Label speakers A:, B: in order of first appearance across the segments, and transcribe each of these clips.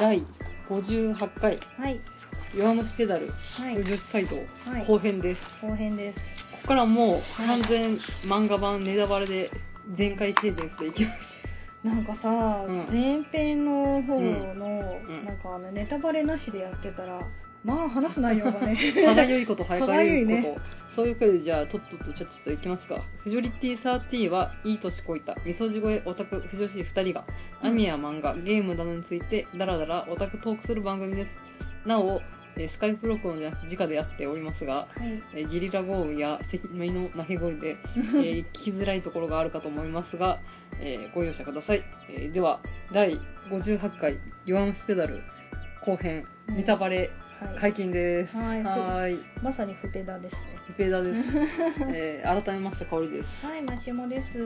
A: 第58回
B: はい、
A: 弱虫ペダル
B: はい、
A: 女子サイト
B: はい、
A: 後編です、
B: 後編です。
A: ここからもう
B: はい
A: 完全漫画版ネタバレで全開経験していき ます
B: なんかさ、
A: うん
B: 前編の方
A: う
B: の、
A: ん。
B: なんかあのネタバレなしでやってたら、まあ話す内容がね
A: 歯がゆいこと、歯が
B: 歯が
A: ゆ
B: ゆ
A: い
B: い
A: こと。
B: ね
A: そういうことで、じゃあ、とっととちょっといきますか。フジョリティサーティは、いい年こいた、みそじ越えオタク、不女子二人が、
B: うん
A: アニメや漫画、ゲームなどについて、ダラダラオタクトークする番組です。なお、えースカイプ録音じゃなく直でやっておりますが、
B: はい、
A: えーゲリラ豪雨や関米の鳴き声 で、えー聞きづらいところがあるかと思いますが、えーご容赦ください。えーでは、第58回、弱虫ペダル後編、
B: うん
A: ネタバレ
B: はい、
A: 解禁です。
B: はい
A: ーい
B: まさに不ペダですね。
A: ペダです。 えー、改めまして香りで
B: はい、マシモです。
A: す。い。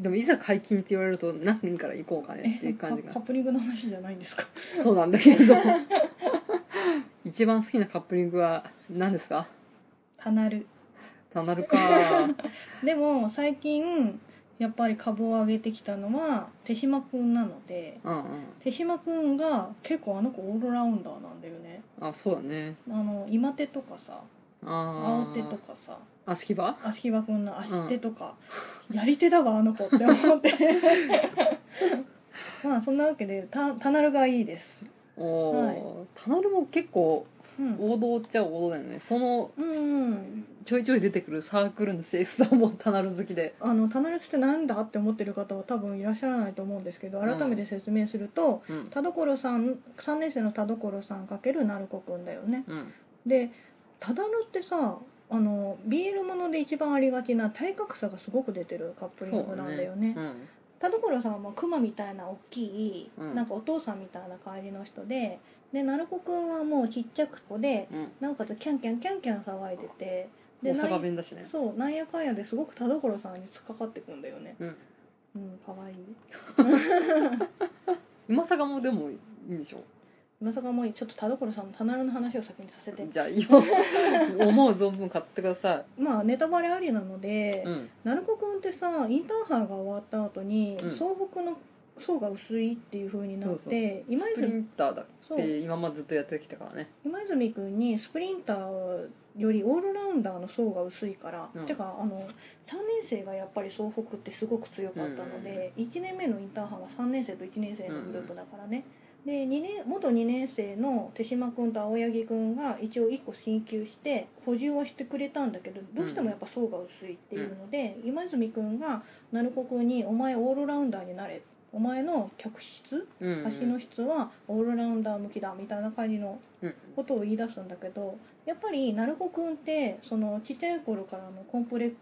A: でもいざ解禁って言われると何から行こうかねって
B: え
A: いう感じ
B: カ
A: が
B: カップリングの話じゃないんですか。
A: そうなんだけ ど一番好きなカップリングは何です か
B: タナル。
A: タナルかー
B: でも最近やっぱり株を上げてきたのは手島くんなので、
A: うんうん
B: 手島くんが結構あの子オールラウンダーなんだよね。
A: あそうだね
B: あの今手とかさ、
A: あ
B: 青
A: ー
B: 手とかさ。
A: あ好き場
B: 足木場くんの足手とか、やり手だわあの子って思ってまあそんなわけでたタナルがいいです、
A: おー、タナルも結構
B: うん、
A: 王道っちゃ王道だよねその
B: うんうん
A: ちょいちょい出てくるサークルのシェイスさんもタナル好きで
B: あのタナルってなんだって思ってる方は多分いらっしゃらないと思うんですけど改めて説明すると、
A: うん
B: 田所さん3年生の田所さんかける鳴子くんだよね
A: うん
B: でタナルってさあの BL もので一番ありがちな体格差がすごく出てるカップリングなんだよね
A: うん
B: 田所さんはもう熊みたいな大きい、
A: うん
B: なんかお父さんみたいな感じの人でで鳴子くんはもうちっちゃく子で
A: うん
B: なおかつキャンキャンキャンキャン騒いでてで
A: 大
B: な
A: 阪
B: ん
A: 弁だしね
B: そうなんやかんやですごく田所さんに突っかかってくんだよね
A: うん
B: うんかわいい
A: 今更もでもいいでしょ
B: まさかもうちょっと田所さんの棚の話を先にさせて
A: じゃあ今 思う存分買ってください、
B: まあネタバレありなので、
A: うん、
B: 鳴子くんってさインターハイが終わった後に、
A: うん
B: 総北の層が薄いっていう風になっ
A: そうそう
B: て今
A: スプリ
B: 泉
A: ンターだ
B: そ
A: っ
B: う
A: て今までずっとやってきたからね
B: 今泉君にスプリンターよりオールラウンダーの層が薄いから、
A: うん
B: てかあの3年生がやっぱり総北ってすごく強かったので、1年目のインターハイは3年生と1年生のグループだからね、で2年元2年生の手島君と青柳君が一応1個進級して補充はしてくれたんだけどどうしてもやっぱ層が薄いっていうので、今泉君が鳴子君に「お前オールラウンダーになれ」お前の客室
A: うん
B: 足の質はオールラウンダー向きだみたいな感じの
A: うん
B: ことを言い出すんだけどやっぱり鳴子くんってそのちっちゃい頃からのコンプレック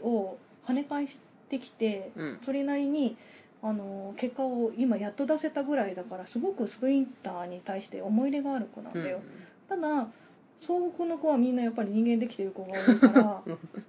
B: スを跳ね返してきて
A: うん
B: それなりにあの結果を今やっと出せたぐらいだからすごくスプリンターに対して思い入れがある子なん
A: う
B: だよ
A: ん、
B: ただ総北の子はみんなやっぱり人間できてる子が多 いから、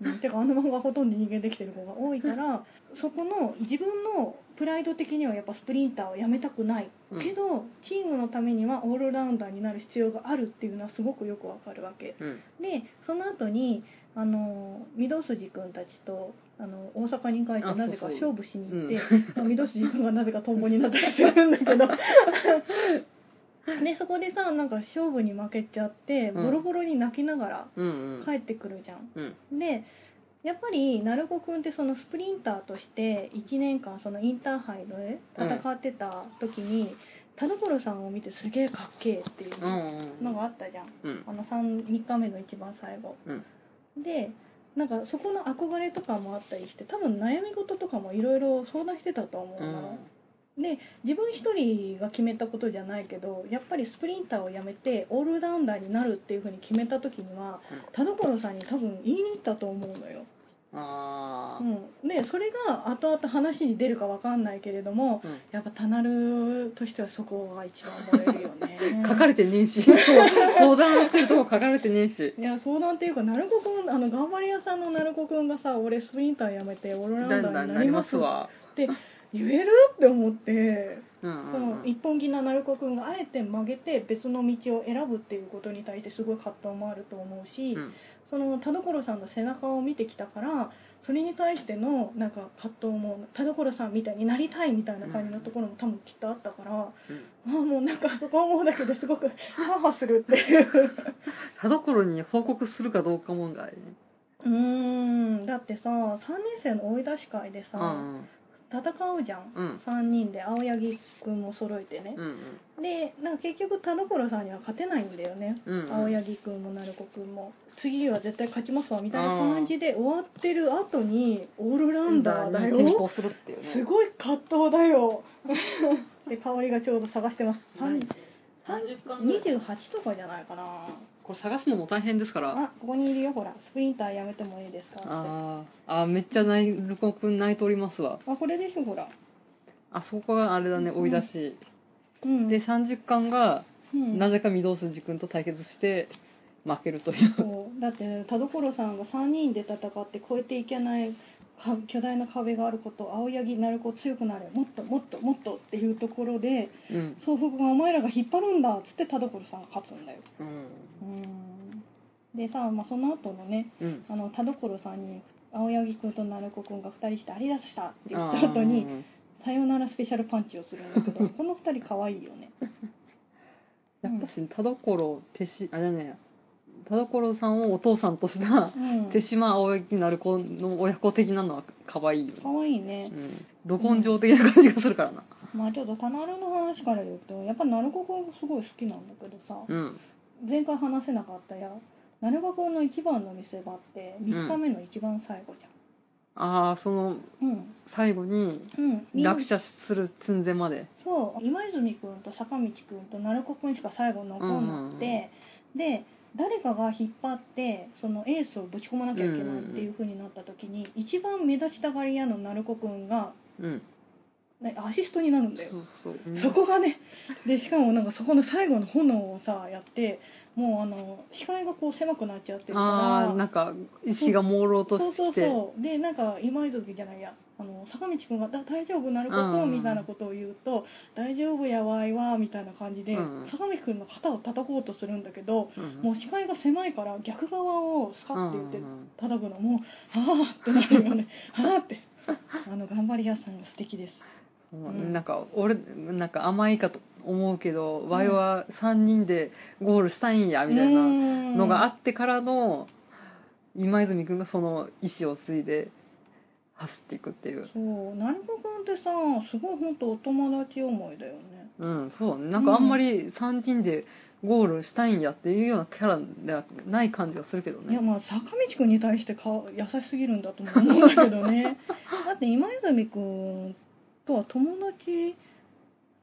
B: うん、てかあの漫画はほとんど人間できてる子が多いからそこの自分のプライド的にはやっぱスプリンターをやめたくない
A: うん
B: けど、チームのためにはオールラウンダーになる必要があるっていうのはすごくよくわかるわけ
A: うん
B: でその後にあの御堂筋君たちとあの大阪に帰って
A: あ
B: なぜ
A: そ
B: か
A: うそう
B: 勝負しに行ってまあ御堂筋君がなぜかトンボになったりするんだけ どでそこでさなんか勝負に負けちゃって
A: うん
B: ボロボロに泣きながら
A: うんうん
B: 帰ってくるじゃん。
A: うん
B: でやっぱり鳴子くんってそのスプリンターとして1年間そのインターハイで戦ってた時に、田所さんを見てすげえかっけえっていう
A: う
B: うん
A: うん
B: のがあったじゃん、
A: うん
B: あの 3, 3日目の一番最後、でなんかそこの憧れとかもあったりして多分悩み事とかもいろいろ相談してたと思う
A: う
B: の、
A: ん
B: で自分一人が決めたことじゃないけどやっぱりスプリンターをやめてオールラウンダーになるっていうふうに決めた時には
A: うん
B: 田所さんに多分言いに行ったと思うのよ、
A: あ
B: うん、でそれが後々話に出るかわかんないけれども
A: ー、
B: やっぱタナルとしてはそこが一番燃えるよ
A: う
B: ね
A: ん、書かれてねえし相談してるとこ書かれてねえし
B: いや相談っていうか鳴子くんあの頑張り屋さんの鳴子くんがさ俺スプリンターやめてオールラウンダーになりますわ
A: わ
B: 言えるって思って
A: うんう
B: そ
A: ん
B: の
A: うん
B: 一本気な鳴子くんがあえて曲げて別の道を選ぶっていうことに対してすごい葛藤もあると思うし、
A: うん
B: その田所さんの背中を見てきたからそれに対してのなんか葛藤も田所さんみたいになりたいみたいな感じのところも多分きっとあったから、
A: うん
B: あもうなんかそこはもうだけですごくハーハーするっていう
A: 田所に報告するかどうか問題ね
B: うーんだってさ3年生の追い出し会で
A: う
B: さ、
A: ん
B: 戦うじゃん、
A: うん
B: 3人で青柳君も揃えてね
A: うんう、ん
B: でなんか結局田所さんには勝てないんだよね、
A: うんうん
B: 青柳君も鳴子君も次は絶対勝ちますわみたいな感じで終わってる後にオールラウンダーだよ、
A: 転校するっていうね
B: すごい葛藤だ よで香りがちょうど探してます
A: ない
B: さん
A: 30巻ぐらい
B: 28とかじゃないかな
A: これ探すのも大変ですから
B: あここにいるよほらスプリンターやめてもいいですかってあ
A: あーあーめっちゃないルコ君泣いておりますわ
B: これでしょほら
A: あそこがあれだね
B: うん
A: 追い出し、
B: うん
A: で30巻が
B: うん
A: なぜか御堂筋君と対決して負けるという
B: そうだって田所さんが3人で戦って越えていけないか巨大な壁があること青柳鳴子強くなれもっともっともっとっていうところで
A: うん、
B: 総北がお前らが引っ張るんだっつって田所さんが勝つんだよ
A: うん
B: うんでさ、まあ、その後のね
A: うん、
B: あの田所さんに青柳君と鳴子君が2人して「ありだした」って言った後に「さよならスペシャルパンチ」をするんだけ どこの2人可愛いよね
A: あーやっぱし田所手しあれね田所さんをお父さんとした
B: うん
A: 手島青柳鳴子の親子的なのは可愛いよね、
B: 可愛いね
A: うん、ど根性的な感じがするからな
B: まあちょっとタナルの話から言うとやっぱ鳴子君すごい好きなんだけどさ
A: うん
B: 前回話せなかったや鳴子君の一番の見せ場って3日目の一番最後じ
A: ああその
B: ゃんうん
A: 最後に
B: うん、みん
A: 落車する寸前まで
B: そう今泉君と坂道君と鳴子君しか最後残んなくて、で誰かが引っ張ってそのエースをぶち込まなきゃいけないっていう風になった時に、一番目立ちたがり屋の鳴子君が、
A: うん
B: ね、アシストになるんだよ
A: そうそう、うん
B: そこがねでしかもなんかそこの最後の炎をさやってもうあの視界がこう狭くなっちゃってる
A: ああ
B: か
A: ーな
B: ら
A: んか意識が朦朧と
B: そう
A: し
B: そう
A: て
B: そうでなんか今泉じゃないやあの坂道君がだ「大丈夫なるこ
A: う
B: と」
A: ん
B: みたいなことを言うと「大丈夫やわいわ」みたいな感じで、
A: うん
B: 坂道君の肩を叩こうとするんだけど
A: うん
B: もう視界が狭いから逆側をスカッて言って
A: うんうんうん
B: 叩くのも「ああ」ってなる よね「ああ」ってあの頑張り屋さんが素敵です
A: うん
B: うん
A: なんか俺なんか甘いかと思うけどワイは3人でゴールしたいんやみたいなの
B: の
A: があってからの今泉君がその意思を継いで走っていくっていう
B: そう成子君ってさすごい本当お友達思いだよね
A: うんそうねなんかあんまり3人でゴールしたいんやっていうようなキャラではない感じがするけど
B: い
A: ね
B: やまあ坂道君に対してか優しすぎるんだとも思うんだけ どねだって今泉君とは友達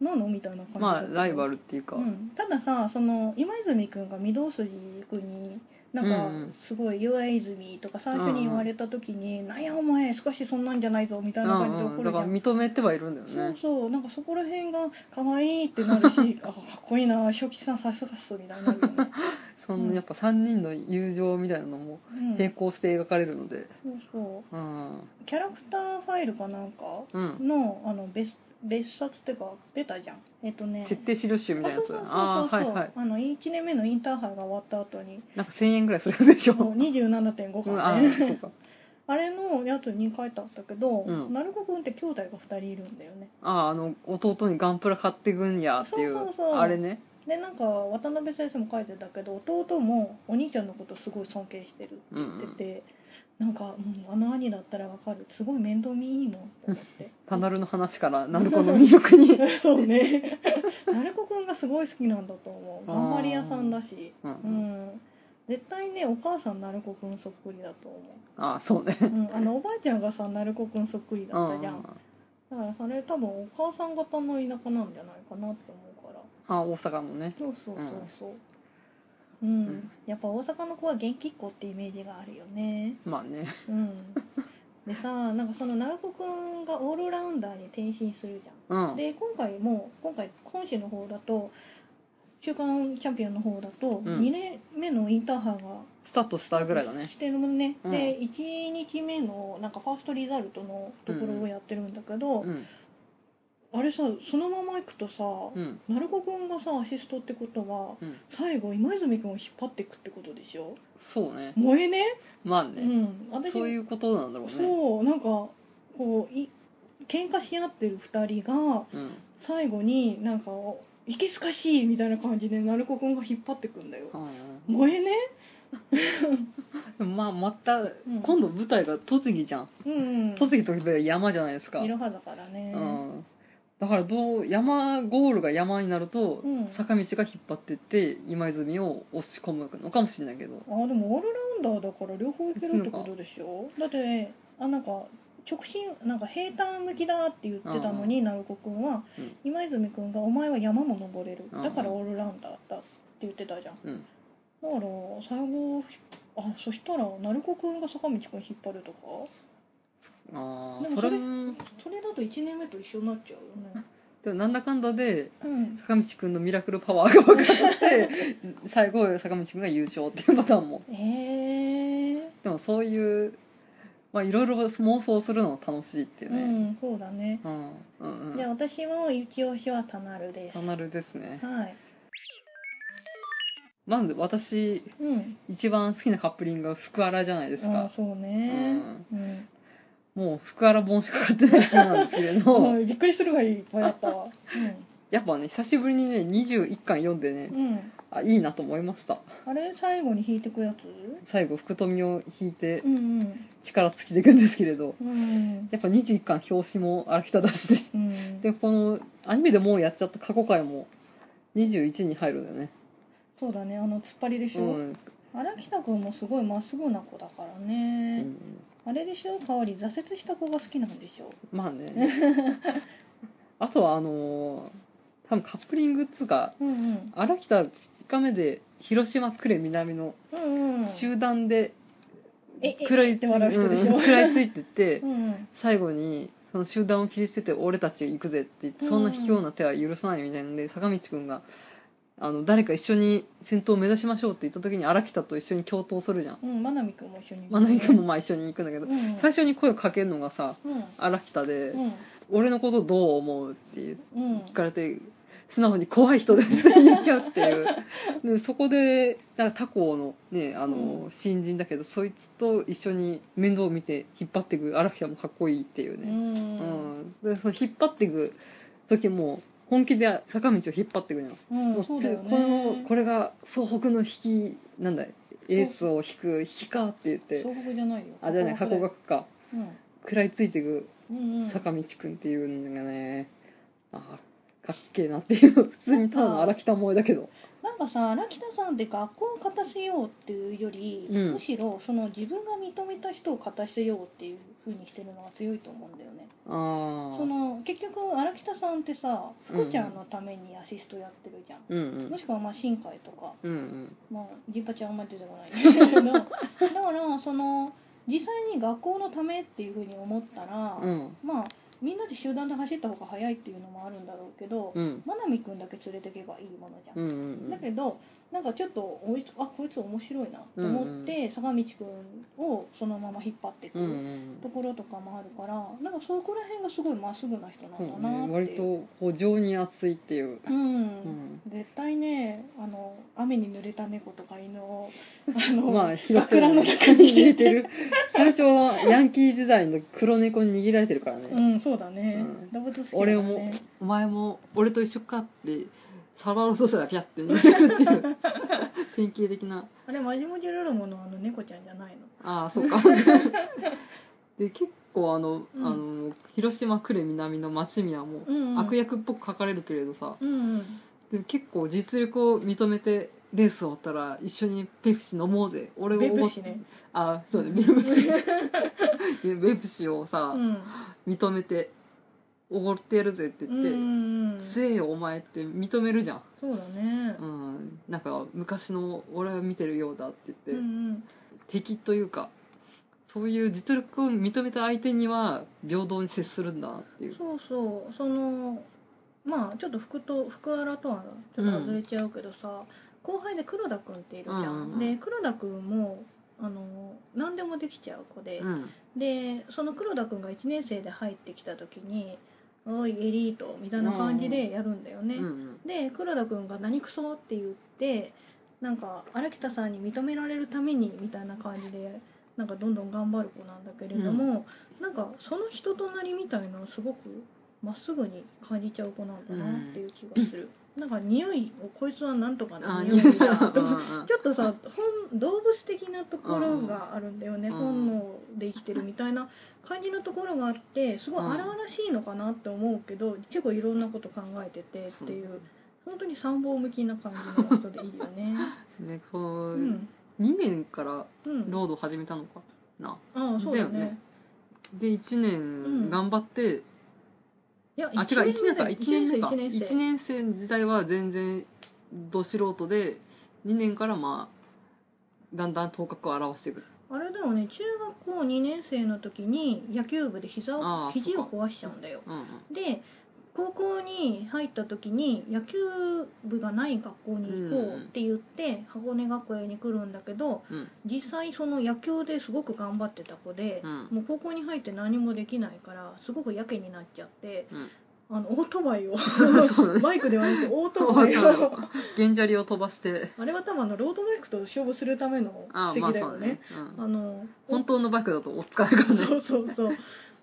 B: なのみたいな感じだった
A: まあライバルっていうか、
B: うん、たださその今泉君が御堂筋君になん
A: うんうん
B: かすごい「岩泉」とか最初に言われた時に「なんやお前少しそんなんじゃないぞ」みたいな感じで
A: うんう
B: 怒
A: ん
B: る
A: だ
B: じ
A: か
B: ゃ
A: ら
B: ん
A: 認めてはいるんだよ
B: そう
A: ね
B: そうなんかそこら辺が可愛いってなるしあかっこいいな初期さんさすがっすみたいになるよ ね、
A: そのやっぱ3人の友情みたいなのも
B: うん、
A: 並行して描かれるので
B: そうそ
A: うん
B: うキャラクターファイルかなんか
A: うん
B: のあの別別冊っていうか出たじゃんえっとね
A: 設定資料集みたいなやつあ
B: あ
A: あ
B: そ
A: はい
B: うそうそうそう、
A: はい
B: あの1年目のインターハイが終わった後に
A: なんか1000円ぐらいするやつでしょ
B: もう27.5
A: うん
B: か
A: あ
B: ね、
A: ーそうか
B: あれのやつに書いてあったけど、
A: うん
B: 鳴子くんって兄弟が2人いるんだよね
A: あーあの弟にガンプラ買ってくんやっていう
B: そうそうそう
A: あれね
B: でなんか渡辺先生も書いてたけど弟もお兄ちゃんのことすごい尊敬してるって
A: うんう
B: 言っ
A: ん
B: てて、なんか、うん、あの兄だったらわかるすごい面倒見いいもんって思って
A: パナルの話からナルコの魅力に
B: そうね鳴子くんがすごい好きなんだと思う頑張り屋さんだし
A: う
B: うんん絶対ねお母さん鳴子くんそっくりだと思
A: ああそうね
B: う、 うん、あのおばあちゃんがさ鳴子くんそっくりだったじゃん
A: あ
B: だからそれ多分お母さん方の田舎なんじゃないかなって思うから
A: あー大阪のね
B: そうそうそうそううん、
A: うん
B: やっぱ大阪の子は元気っ子ってイメージがあるよね
A: まあね
B: うんでさなんかその長子くんがオールラウンダーに転身するじ
A: う
B: ゃん
A: ん
B: で今回も今回今週の方だと週刊チャンピオンの方だと、
A: うん
B: 2年目のインターハイが
A: スタートしたぐらいだね
B: してるもんね、
A: うん
B: で1日目のなんかファーストリザルトのところをやってるんだけど、
A: うん
B: あれさそのまま行くとさ、
A: うん
B: 鳴子くんがさアシストってことは、
A: うん
B: 最後今泉くんを引っ張っていくってことでしょ
A: そうね
B: 萌えね
A: まあ
B: う
A: ね、
B: ん私
A: そういうことなんだろうね
B: そうなんかこうい喧嘩し合ってる2人が
A: うん
B: 最後になんかおいけすかしいみたいな感じで鳴子くんが引っ張ってくんだよ
A: うん
B: 萌えね
A: でもまあまた、
B: ん
A: 今度舞台が栃木じゃん
B: うん
A: 栃木といえば山じゃないですか、
B: いろはだからね
A: うん、だからどう山ゴールが山になると、
B: うん
A: 坂道が引っ張ってって今泉を押し込むのかもしれないけど
B: あでもオールラウンダーだから両方いけるってことでしょだってねあなんか直進なんか平坦向きだって言ってたのに、鳴子くんは、
A: うん
B: 今泉くんが「お前は山も登れる、
A: うんうん
B: だからオールラウンダーだ」って言ってたじゃんだか
A: うん
B: ら最後あそしたら鳴子くんが坂道くん引っ張るとか
A: あ
B: で
A: あ
B: も
A: そ
B: それ
A: れも
B: それだと1年目と一緒になっちゃうよね
A: でもなんだかんだで
B: うん
A: 坂道くんのミラクルパワーが分かって 最後坂道くんが優勝っていうパターンも
B: ええ
A: でもそういうまあいろいろ妄想するの楽しいっていう
B: う
A: ね、
B: んそうだね、
A: うん、うんうん
B: で私も一押しは田丸です
A: サナルですね
B: はい
A: なんで私
B: うん
A: 一番好きなカップリングは福原じゃないです
B: あ
A: か
B: そうねうん
A: もう福原本しか買ってない人なんですけれど、
B: うんびっくりするがいいいっぱいあったわ。
A: やっぱね久しぶりにね21巻読んでね、
B: うん、うん、
A: あいいなと思いました
B: あれ最後に弾いてくやつ？
A: 最後福富を引いて
B: うん
A: 力尽きていくんですけれど
B: うんうん
A: やっぱ21巻表紙も荒北だしで
B: うん。
A: でこのアニメでもうやっちゃった過去回も21に入るんだよね
B: そうだねあの突っ張りでし
A: う
B: ょ。
A: ん、
B: 荒北くんもすごいまっすぐな子だから
A: う
B: ね。
A: ん
B: あれでしょ代わり挫折した子が好きなんでしょ。
A: まあねあとはあのー多分カップリングっつうか
B: うんうん
A: 荒北1日目で広島呉南の
B: うんうん。
A: 集団で
B: ええ
A: 食らい
B: って笑う人でしょ
A: ん食らいついてって、
B: うんうん
A: 最後にその集団を切り捨てて俺たち行くぜって言ってそんな卑怯な手は許さないみたいなので坂道くんがあの誰か一緒に戦闘を目指しましょうって言った時に荒北と一緒に共闘するじゃん
B: うん。まなみくんも一緒に。
A: まなみくんも。まあ一緒に行くんだけ
B: う
A: ど
B: ん。
A: 最初に声をかけるのがさ
B: うん
A: 荒北で
B: うん
A: 「俺のことどう思う?」って言って
B: うん
A: 聞。かれて素直に怖い人ですって言っちゃうっていうでそこでなんか他校の,、ね、あの
B: う
A: 新人だけどそいつと一緒に面倒を見て引っ張っていく荒北もかっこいいっていう
B: う
A: ね、う
B: ん
A: ん、でその引っ張っていく時も本気で坂道を引っ張っていくのよ、
B: うん
A: もう
B: そうだよね。
A: このこれが総北の引きなんだエースを引く引きかって言って
B: 総北じゃないよ。
A: あじゃない箱
B: 箱
A: が
B: が。
A: くか
B: うん
A: 食らいついていく
B: うんうん。
A: 坂道くんっていうのがねあーかっけえなっていう 普通にただの荒北萌えだけど
B: なんかさ荒北さんって学校を勝たせようっていうより、
A: うん
B: むしろその自分が認めた人を勝たせようっていうふうにしてるのが強いと思うんだよね
A: あ
B: そ
A: あ
B: の結局荒北さんってさ
A: うんうん
B: 福ちゃんのためにアシストやってるじゃん、
A: うん
B: もしくはまあ新海とか、
A: うんうんうん
B: まあ、ジンパチはあんまり出てこない けどだからその実際に学校のためっていうふうに思ったら、
A: うん
B: まあみんなで集団で走った方が早いっていうのもあるんだろうけど、
A: うん
B: まなみくんだけ連れてけばいいものじゃん
A: うんうん
B: だけどなんかちょっとおいあこいつ面白いなと思って、坂道くんをそのまま引っ張ってい
A: うんうん
B: くところとかもあるから、なんかそこら辺がすごいまっすぐな人な
A: そうん
B: だ
A: ね
B: なっ
A: 割
B: てい
A: と
B: う。
A: こう情に熱いっていう
B: うん
A: うん
B: 絶対ねあの雨に濡れた猫とか 犬をあの、
A: まあ、拾って
B: 枕
A: る、
B: の中に入れて
A: る。最初はヤンキー時代の黒猫に逃げられてるからね。
B: うんそうだね、
A: うん
B: 動物好きだ、ね、
A: 俺も、お前も、俺と一緒かって、触ろうとしたらピャって逃げてくっていう、典型的な。
B: あれマジモジルロモのあの猫ちゃんじゃないの
A: ああ、そうか。で、結構あの、
B: うん
A: あの、広島呉南の町宮も、
B: うん、うん、
A: 悪役っぽく書かれるけれどさ、
B: うんうん
A: で結構実力を認めて、レース終わったら一緒にペプシ飲もうぜ。俺を
B: ベ
A: おご
B: ブ
A: っ
B: シね
A: あ、そうね、ベプシ。ベプシをさ、
B: うん
A: 認めておごってやるぜって
B: う
A: 言
B: ん
A: っ
B: う
A: て
B: んう
A: 「
B: ん
A: せえよお前」って認めるじゃん、
B: そうだね
A: うん、なんか昔の俺は見てるようだって
B: う
A: 言
B: ん
A: って、
B: うん
A: 敵というかそういう実力を認めた相手には平等に接するんだなっていう
B: そうそうそのまあちょっと服と服洗とはちょっと外れちゃうけどさ、後輩で黒田君っているじゃ
A: う
B: ん、
A: んうんうん
B: で黒田君もあの何でもできちゃう子で、
A: うん
B: でその黒田君が1年生で入ってきた時に「おいエリート」みたいな感じでやるんだよね、
A: うんうん
B: で黒田君が「何クソ」って言ってなんか荒北さんに認められるためにみたいな感じでなんかどんどん頑張る子なんだけれども、なんかその人となりみたいなのをすごくまっすぐに感じちゃう子なんだなっていう気がする、なんか匂いをこいつはなんとか
A: あ
B: の
A: ー
B: 匂いだ
A: うんうんうん
B: ちょっとさ本動物的なところがあるんだよね、
A: うん
B: 本能で生きてるみたいな感じのところがあってすごい
A: うん
B: 荒々しいのかなって思うけど結構いろんなこと考えててっていう本当に参謀向きな感じの人でいいよ ね。
A: ねこ
B: う、
A: うん2年から
B: うん、
A: ロードを始めたのかな
B: ああそうだね
A: だよねで1
B: ん
A: 年頑張って、
B: いや
A: あ違う1年か1年目か
B: 1年生
A: 1年生時代は全然ど素人で2年からまあだんだん頭角を現していく
B: あれだよね中学校2年生の時に野球部で膝
A: あ
B: を
A: あ
B: 肘
A: そ
B: を
A: っか
B: 壊しちゃうんだよ
A: うん
B: で高校に入った時に野球部がない学校に行こうって言って箱根学園に来るんだけど
A: うん
B: 実際その野球ですごく頑張ってた子で
A: う、ん
B: もう高校に入って何もできないからすごくやけになっちゃって
A: うん
B: あのオートバイを
A: うんそうね
B: バイクではなくてオート
A: そ
B: バ
A: う
B: イ
A: なの
B: を
A: 原砂利を飛ばして
B: あれは多分あのロードバイクと勝負するための
A: ああま
B: 席
A: あ
B: だ
A: そ
B: よ
A: うだ
B: ね
A: ね、うん、
B: あの
A: 本当のバイクだとお使いからね
B: そうそうそう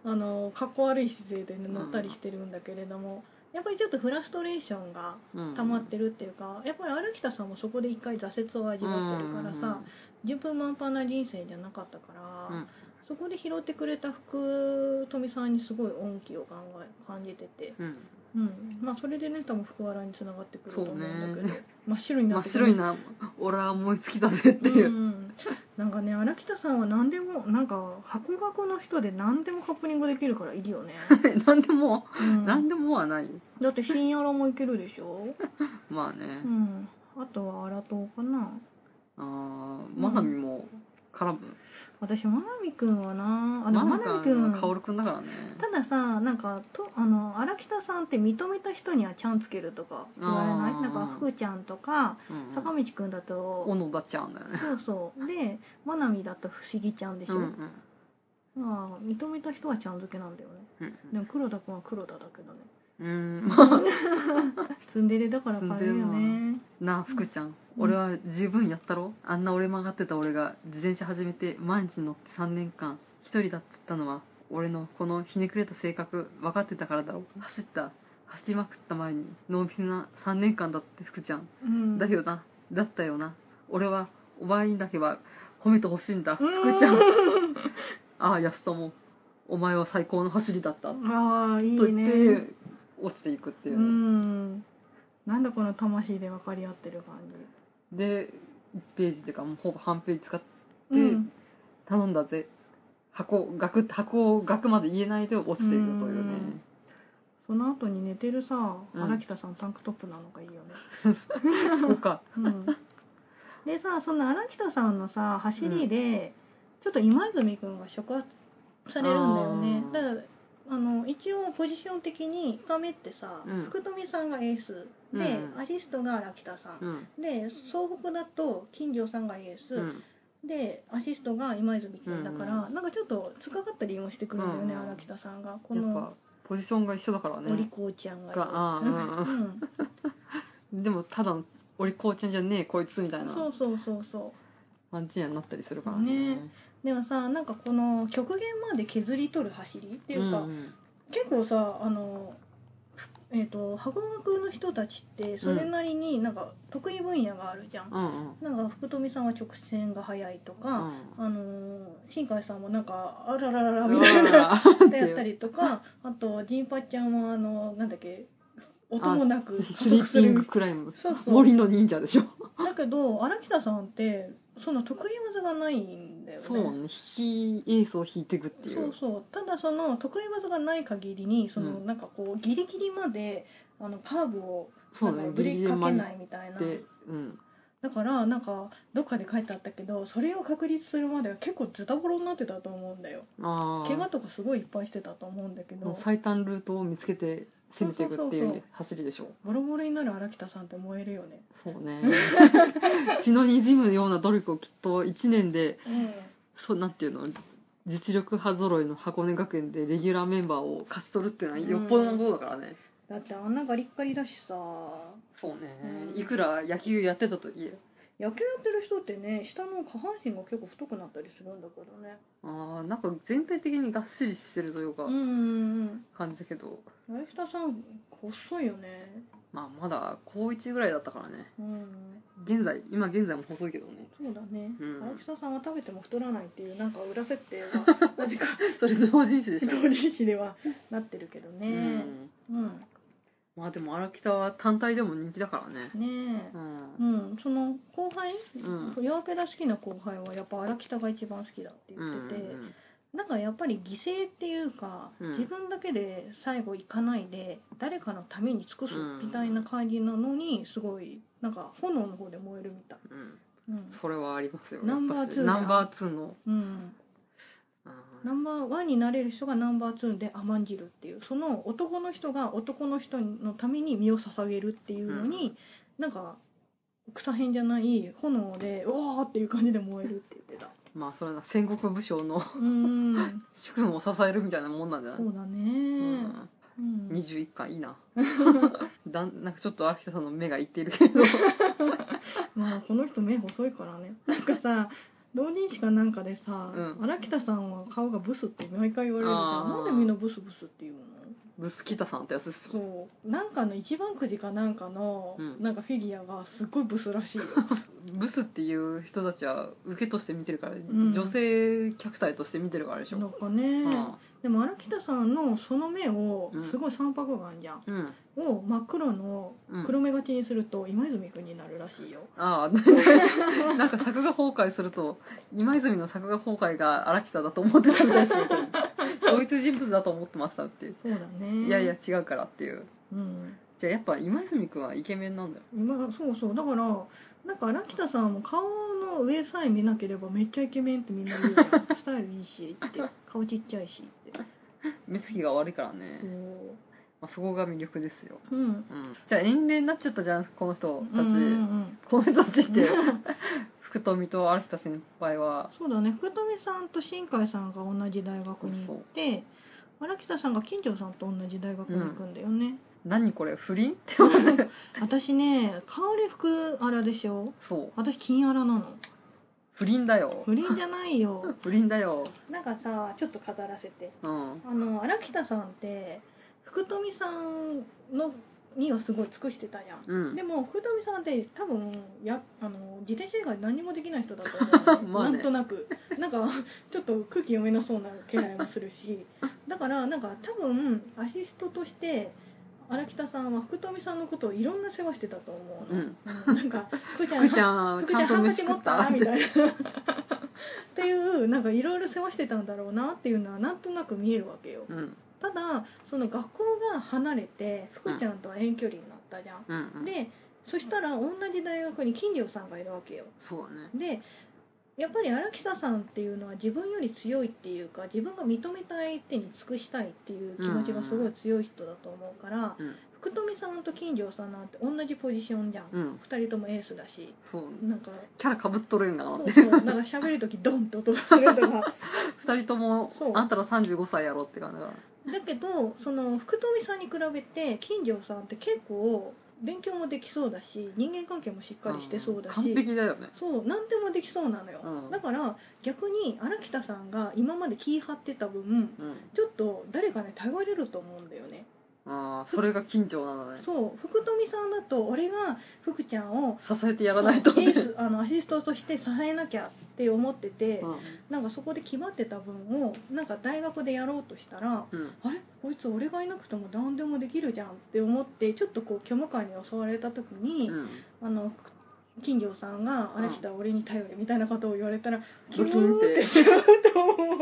B: あのかっこ悪い姿勢で乗ったりしてるんだけれども、やっぱりちょっとフラストレーションが溜まって
A: る
B: るっていうか、やっぱり荒北さんもそこで一回挫折を味わってるからさ、順風満帆な人生じゃなかったから、
A: うん
B: そこで拾ってくれた福富さんにすごい恩義を考え感じてて、
A: うん、
B: うんまあ、それでね多分福原につながってくると思うんだけど、
A: そう
B: 真っ白に
A: うん
B: な
A: 真っ
B: っ
A: て白いな俺は思いつきだぜっていうう、
B: ん、なんかね荒北さんは何でもなんか博学の人で何でもハプニングできるからいいよね、
A: なん、でも、
B: うん、
A: なんでもはない
B: だって深夜らもいけるでしょ、
A: まあね
B: う、ん、あとは荒党かな
A: ああまさみも絡む
B: 私まなみくんはなあでも
A: ま
B: まなみくん
A: か薫くんだからね
B: たださなんかとあの荒北さんって認めた人にはちゃんつけるとか言われな
A: あ
B: い
A: ー
B: なんか福ちゃんとか
A: うんうん
B: 坂道くんだと、
A: 小野田ちゃんだよね。
B: そうそうでまなみだと不思議ちゃんでし
A: う
B: ょ、
A: んうん
B: まあ認めた人はちゃん付けなんだよね
A: うん
B: でも黒田くんは黒田だけどね
A: うん。ま
B: ツンデレだから可愛い
A: ツ
B: よ
A: ン
B: ね
A: あ、なあ、福ちゃん。俺は十分やったろあんな俺曲がってた俺が自転車始めて毎日乗って3年間一人だっつったのは俺のこのひねくれた性格分かってたからだろ走った走りまくった前に濃密な3年間だって福ちゃん
B: うん
A: だよなだったよな俺はお前にだけは褒めてほしいんだ福ちゃ
B: うん
A: ああ安友お前は最高の走りだった
B: ああいい
A: と言っ
B: ね
A: て落ちていくっていううね、
B: んなんだこの魂で分かり合ってる感
A: で1ページっていうかもうほぼ半ページ使って
B: じうん
A: 頼んだぜ箱額箱を額まで言えないで落ちていくというね
B: うんその後に寝てるさ
A: うん
B: 荒北さんタンクトップなのがいいよ
A: そ
B: ね、
A: うか
B: うん、でさその荒北さんのさ走りで、ちょっと今泉君が触発されるんだよね
A: あー
B: だからあの一応ポジション的に1回目ってさ、
A: うん
B: 福富さんがエースで、
A: うん
B: アシストが荒北さん、
A: うん
B: で総北だと金城さんがエース、
A: うん
B: でアシストが今泉君だから、
A: うん
B: なんかちょっとつかかったりもしてくるんだよね
A: うん
B: 荒、北さんがこ
A: やっ
B: の
A: ぱポジションが一緒だから
B: お利
A: ね
B: 口ちゃんがいる
A: があーう
B: うん
A: でもただのお利口ちゃんじゃねえこいつみたいな
B: そうそうそうそう
A: 感じになったりするからね
B: ねでもさなんかこの極限まで削り取る走りっていうか、
A: ん
B: 結構さあのえっ、と箱学の人たちってそれなりになんか得意分野があるじゃん、
A: うんうん
B: なんか福富さんは直線が速いと
A: う
B: か、
A: ん
B: あのー新海さんもなんかあらららら
A: う
B: みたいな
A: わ
B: ことやったりとかあとジンパちゃんはあのなんだっけ音もなく
A: ー
B: 加
A: スリ
B: 速
A: ー
B: す
A: ピン
B: る
A: グクライム
B: そうそう
A: 森の忍者でしょ
B: だけど荒北さんってその得意技がないんだよね
A: そうねひエースを引いていくってい
B: そうそうただその得意技がない限りにその、
A: うん
B: なんかこうギリギリまであのカーブを
A: そう
B: なん
A: ね
B: かブ
A: ギ
B: レ
A: リ
B: ー
A: ギリ
B: キかけ
A: 曲が
B: な
A: っ
B: いみたいな
A: てうん
B: だからなんかどっかで書いてあったけどそれを確立するまでは結構ズタボロになってたと思うんだよ
A: あ
B: 怪我とかすごいいっぱいしてたと思うんだけど
A: あ最短ルートを見つけて攻めていくっていう走りでしょう
B: ボロボロになる荒北さんって燃えるよね
A: そう ね血の滲むような努力をきっと1年で
B: うん
A: そうなんていうの実力派揃いの箱根学園でレギュラーメンバーを勝ち取るっていうのはよっぽどのことだからね、
B: だってあんなガリッガリだしさ
A: そうね
B: うん
A: いくら野球やってたといえ
B: 野球やってる人ってね下の下半身が結構太くなったりするんだけどね
A: あーなんか全体的にがっしりしてるというか
B: うんうん
A: 感じだけど、
B: うん大下さん細いよね
A: まあまだ高1ぐらいだったからね
B: うん
A: 現在今現在も細いけどね
B: そうだね、
A: うん
B: 荒北さんは食べても太らないっていうなんか裏設 定がなぜか
A: それ同人誌でしょ、
B: 同人誌ではなってるけど
A: う
B: ね
A: ん、
B: うん、
A: まあでも荒北は単体でも人気だからね
B: ねえ
A: うん
B: うん、その後輩、
A: う
B: 夜明けが好きな後輩はやっぱ荒北が一番好きだって言
A: うん
B: ってて、なんかやっぱり犠牲っていうか、
A: うん
B: 自分だけで最後行かないで誰かのために尽くす
A: うん
B: みたいな感じなのにすごいなんか炎の方で燃えるみたい、
A: うんうん
B: うん
A: それはありますよ
B: ナン
A: や
B: バーツー
A: っぱし
B: だ
A: ナンバーツーの、
B: うん、
A: うん
B: ナンバーワンになれる人がナンバーツーで甘んじるっていうその男の人が男の人のために身を捧げるっていうのに、なんか草編じゃない炎でうわーっていう感じで燃えるって言ってた
A: まあそれは戦国武将の
B: うん
A: 主君を支えるみたいなもんなんじゃない
B: そうだね、
A: うん
B: うん
A: 21巻い いなだんなんかちょっと秋田さんの目がいっているけ ど
B: まあこの人目細いからねなんかさ同人誌かなんかでさ、
A: うん
B: 荒北さんは顔がブスって毎回言われるじゃ
A: あー
B: んなんでみんなブスブスって言うの
A: ブスキタさんってやつですよ
B: そうなんかの一番くじかなんかの、
A: うん
B: なんかフィギュアがすっごいブスら しいよ
A: ブスっていう人たちは受けとして見てるから、
B: ん
A: 女性客体として見てるからでしょ、
B: なんかね、でも荒北さんのその目を
A: うん
B: すごい三白眼じゃん、
A: うん、うん
B: を真っ黒の
A: うん
B: 黒目がちにすると今泉君になるらしいよ、
A: ああなんか作画崩壊すると今泉の作画崩壊が荒北だと思ってたみたいですよ同一人物だと思ってましたっていう
B: そうだね
A: いやいや違うからっていう
B: うん
A: じゃあやっぱ今泉君はイケメンなんだよ
B: 今そうそうだからなんか荒北さんも顔の上さえ見なければめっちゃイケメンってみんな言うじゃんスタイルいいし って顔ちっちゃいしって
A: 目つきが悪いから
B: そ
A: ね、
B: う
A: まあ、そこが魅力ですよ、
B: うん
A: うん、じゃあ遠恋になっちゃったじゃんこの人たち、
B: うんうんうん
A: この人たちって 福富と荒北先輩は
B: そうだね福留さんと新海さんが同じ大学に行って荒北さんが金城さんと同じ大学に行くんだよね、
A: 何これ不倫って思って
B: 私ね香り福あらでしょ
A: そう
B: 私金あらなの
A: 不倫だよ
B: 不倫じゃないよ
A: 不倫だよ
B: なんかさちょっと飾らせて
A: うん
B: あの荒北さんって福富さんのにはすごい尽くしてたじゃん、
A: うん
B: でも福富さんって多分やあの自転車以外何もできない人だと思う
A: まあね
B: なんとなくなんかちょっと空気読めなそうな気配もするしだからなんか多分アシストとして荒北さんは福富さんのことをいろんな世話してたと思うの、
A: うん
B: うんなんか福ちゃん
A: 福ちゃんちゃんと飯食ったっ
B: み
A: て
B: たいな。っていうなんかいろいろ世話してたんだろうなっていうのはなんとなく見えるわけよ。
A: うん
B: ただその学校が離れて福ちゃんとは遠距離になったじゃん。
A: うんうん
B: でそしたら同じ大学に金城さんがいるわけよ。
A: そうだね
B: でやっぱり荒北さんっていうのは自分より強いっていうか自分が認めたい相手に尽くしたいっていう気持ちがすごい強い人だと思うから、
A: うん
B: 福富さんと金城さんなんて同じポジションじゃん、
A: うん
B: 2人ともエースだし
A: そう
B: なんか
A: キャラかぶっとるんだなっ
B: そ
A: て
B: うそうなんか喋る時ドンって音がすると か
A: 二人とも
B: そう
A: あんたら35歳やろって感じだから
B: だけどその福富さんに比べて金城さんって結構勉強もできそうだし人間関係もしっかりしてそうだし、
A: 完璧だよね
B: そう何でもできそうなのよ、
A: うん
B: だから逆に荒北さんが今まで気張ってた分
A: うん
B: ちょっと誰かに頼れると思うんだよね、
A: ああそれが緊張なのね
B: そう福富さんだと俺が福ちゃんを
A: 支えてやらないと
B: そうエ
A: ね
B: ースあのアシストとして支えなきゃって思ってて、
A: うん
B: なんかそこで決まってた分をなんか大学でやろうとしたら
A: うん
B: あれこいつ俺がいなくても何でもできるじゃんって思ってちょっとこう虚無感に襲われた時に、
A: うん
B: あの金城さんが「
A: うん
B: 荒北は俺に頼れ」みたいなことを言われたら
A: ドキンっ
B: キュー
A: て
B: しちゃうと思う、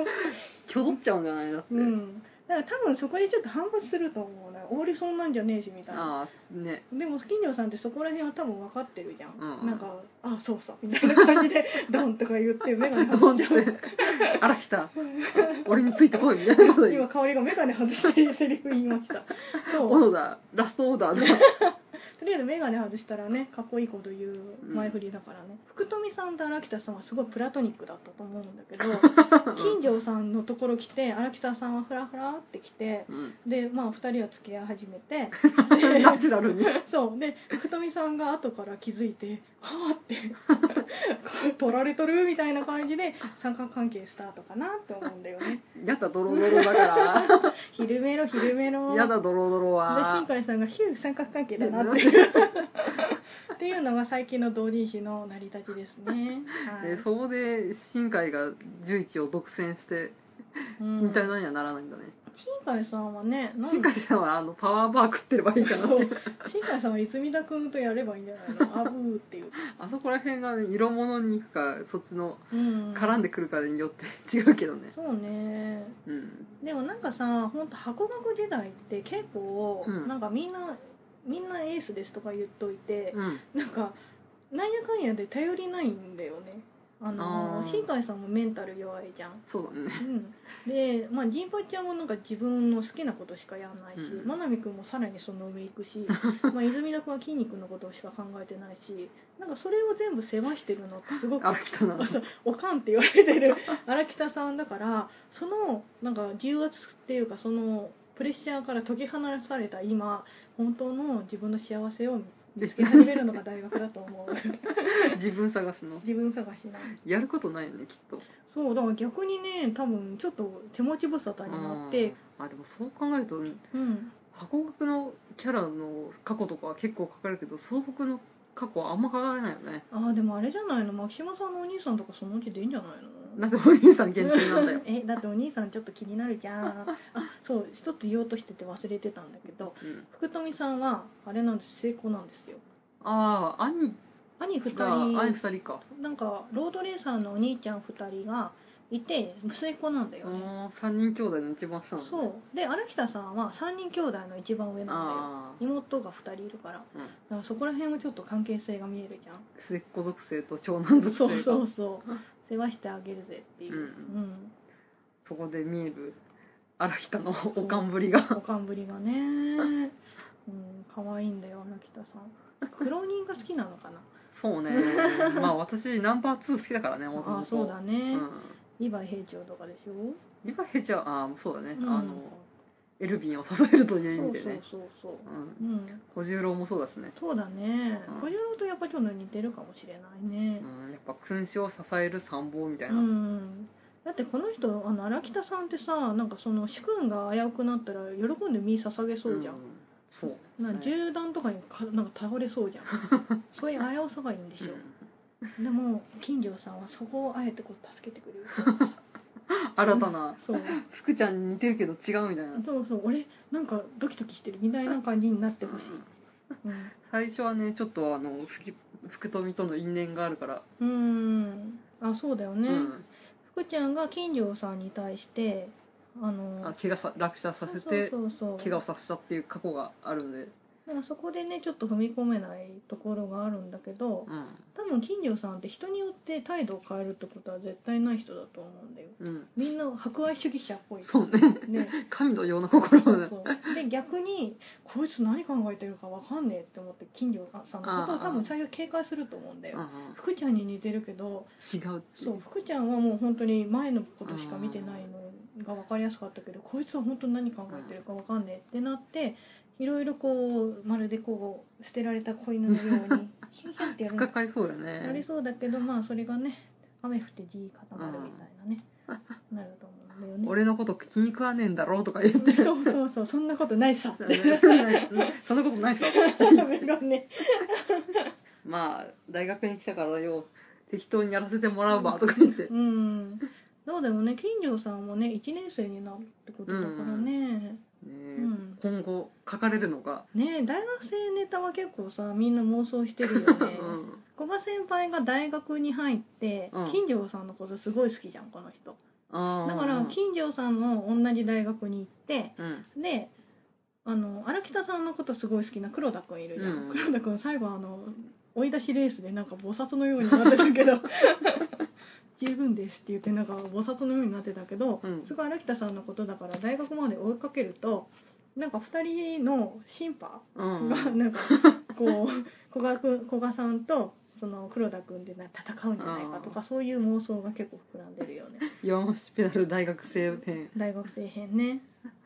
A: 挙動っちゃうんじゃないだって
B: うん、だから多分そこでちょっと反発すると思うな俺そんなんじゃねえしみたい
A: あ
B: な
A: あね
B: でも金城さんってそこら辺は多分分かってるじゃん、
A: うんうん
B: なんか「あそうそう」みたいな感じで「ドン」とか言って眼鏡
A: ドン
B: 外
A: っ
B: してちゃ
A: 「
B: う
A: あら来た俺についてこい」みたいなこと言
B: 今
A: う
B: 香りが眼鏡外してセリフ言いました
A: 「
B: そう
A: オーダーラストオーダー」
B: とりあえず眼鏡外したらねかっこいいこと言う前振りだからね、福富さんと荒北さんはすごいプラトニックだったと思うんだけど 金城さんのところ来て荒北さんはフラフラって来て
A: うん
B: でまあ2人は付き合い始め て
A: うんナチュラルに
B: そうで福富さんが後から気づいて「はあ」って「取られとる」みたいな感じで三角関係スタートかなって思うんだよ ね
A: やだドロドロだか
B: 「昼めろ昼めろ」
A: らやだドロドロ
B: で
A: は
B: 新海さんが「ヒュー三角関係だな」って
A: ね
B: いう っていうのが最近の同人誌の成り立ちですね。はい
A: でそこで新海が11を独占して
B: うん
A: みたいなにはならないんだね、
B: 新海さんはねなん
A: 新海さんはあのパワーバー食ってればいいかなって
B: そう新海さんは泉田君とやればいいんじゃないの「あぶー」っていう、
A: あそこら辺がね色物に行くかそっちの
B: うん、
A: 絡んでくるかによって違うけどね
B: そうね
A: うん
B: でもなんかさ本当箱学時代って結構、
A: うん
B: なんかみんなみんなエースですとか言っといて、
A: うん
B: なんかなんやかんやで頼りないんだよねあの
A: あー
B: 新海さんもメンタル弱いじゃん
A: そうだね
B: うん、で、まあ、ジンパちゃんもなんか自分の好きなことしかやんないし、
A: うん
B: 真奈美君もさらにその上行くし、まあ、泉田君は筋肉のことしか考えてないしなんかそれを全部世話してるのってすごく
A: あらきたな
B: おかんって言われてる 荒北さんだからそのなんか重圧っていうかそのプレッシャーから解き放された今本当の自分の幸せを見つけ始めるのが大学だと 思う
A: 自分探しの
B: 自分探しの。
A: やることないよねきっと
B: そうだから逆にね多分ちょっと手持ち無沙汰になって、
A: うんあでもそう考えると
B: うん、
A: 箱国のキャラの過去とかは結構書かれるけど総北の過去はあんま書かれないよね
B: ああでもあれじゃないの牧島さんのお兄さんとかそのうちでいいんじゃないの
A: なんでお兄さん限定なんだよ
B: えだってお兄さんちょっと気になるじゃんあそう一つ言おうとしてて忘れてたんだけど
A: うん、
B: 福富さんはあれなんです成功なんですよ
A: ああ兄
B: 兄2
A: が兄
B: 人
A: 二人か
B: なんかロードレーサーのお兄ちゃん2人がいて末っ子なんだよね
A: あー三人兄弟の一番下なんだ
B: そうで荒北さんは3人兄弟の一番上なんだよ
A: ああ
B: 妹が2人いるから
A: うん
B: だからそこら辺もちょっと関係性が見えるじゃん
A: 末っ子属性と長男属性
B: そ
A: が
B: うそうそう世話してあげるぜっていう、
A: うん
B: うん
A: そこで見える荒北のおかんぶりが
B: おかんぶりがね、うん、可愛いんだよ荒北さん苦労人が好きなのかな
A: そうね まあ私ナンバー2好きだからね元々
B: ああそうだ
A: う
B: ね、
A: ん
B: リヴァイ兵長とかでしょ
A: リバヘチャああそうだね、
B: うん
A: あのエルヴィンを支えるという意味でね
B: そうそうそう
A: う
B: そ
A: ん
B: ううん
A: 小十郎もそうだしね、
B: そうだね
A: うん
B: 小次郎とやっぱちょっと似てるかもしれないね
A: うん、やっぱ君主を支える参謀みたいうな、
B: ん、だってこの人あの荒北さんってさなんかその主君が危うくなったら喜んで身捧げそうじゃん、
A: そう
B: な
A: ですね
B: 銃弾とかにかなんか倒れそうじゃん そういう危うさがいいんでしょ、
A: う
B: でも金城さんはそこをあえてこう助けてくれる
A: ん新たな
B: そう
A: 福ちゃんに似てるけど違うみたいな、
B: そうそう俺なんかドキドキしてるみたいな感じになってほしい、うん
A: 最初はねちょっとあの福福富との因縁があるから、
B: うーんあそうだよね、
A: うん、
B: 福ちゃんが金城さんに対してあの
A: あ怪我さ落車させて
B: そうそうそう
A: 怪我をさせたっていう過去があるんで、
B: なんかそこでねちょっと踏み込めないところがあるんだけど
A: うん
B: 多分金城さんって人によって態度を変えるってことは絶対ない人だと思うんだよ
A: うん、
B: みんな博愛主義者っぽい
A: そうね
B: ね
A: 神のような心
B: そ
A: を
B: う
A: ね
B: そうで逆にこいつ何考えてるかわかんねえって思って金城さんのことを多分最初警戒すると思うんだ
A: う
B: よ
A: ん
B: 福ちゃんに似てるけど
A: 違うってい
B: そうう福ちゃんはもう本当に前のことしか見てないのが分かりやすかったけどこいつは本当に何考えてるかわかんねえってなっていろいろこうまるでこう捨てられた子犬のようにヒュンヒュンってや
A: 引っか
B: る
A: かりそうだよ
B: やり
A: ね
B: そうだけどまあそれがね雨降って地固まるみたいなねなると思うんだよね。
A: 俺のこと気に食わねえんだろうとか言って
B: そうそうそうそんなことないさって
A: そんなことないっすよ
B: メガネ
A: まあ大学に来たからよ適当にやらせてもらうわとか言って
B: うん。どうでもね、金城さんもね、1年生になるってことだからね。
A: ね
B: う
A: え
B: ん。
A: 今後書かれるのが、
B: ねえ大学生ネタは結構さ、みんな妄想してるよ
A: う
B: ね。
A: ん、
B: 古賀先輩が大学に入って、
A: うん
B: 金城さんのことすごい好きじゃん、この人。
A: あー
B: だから、金城さんも同じ大学に行って、
A: うん
B: で、あの、荒北さんのことすごい好きな黒田くんいるじゃん。
A: うん
B: 黒田くん最後あの、追い出しレースでなんか菩薩のようになってた けど、十分ですって言ってなんか菩薩のようになってたけど、
A: うん
B: すごい荒北さんのことだから大学まで追いかけるとなんか2人の審判
A: うん
B: がなんかこう 古賀くん古賀さんとその黒田君でな戦うんじゃないかとかそういう妄想が結構膨らんでるよね
A: 弱虫ペダル大学生編
B: 大学生編ね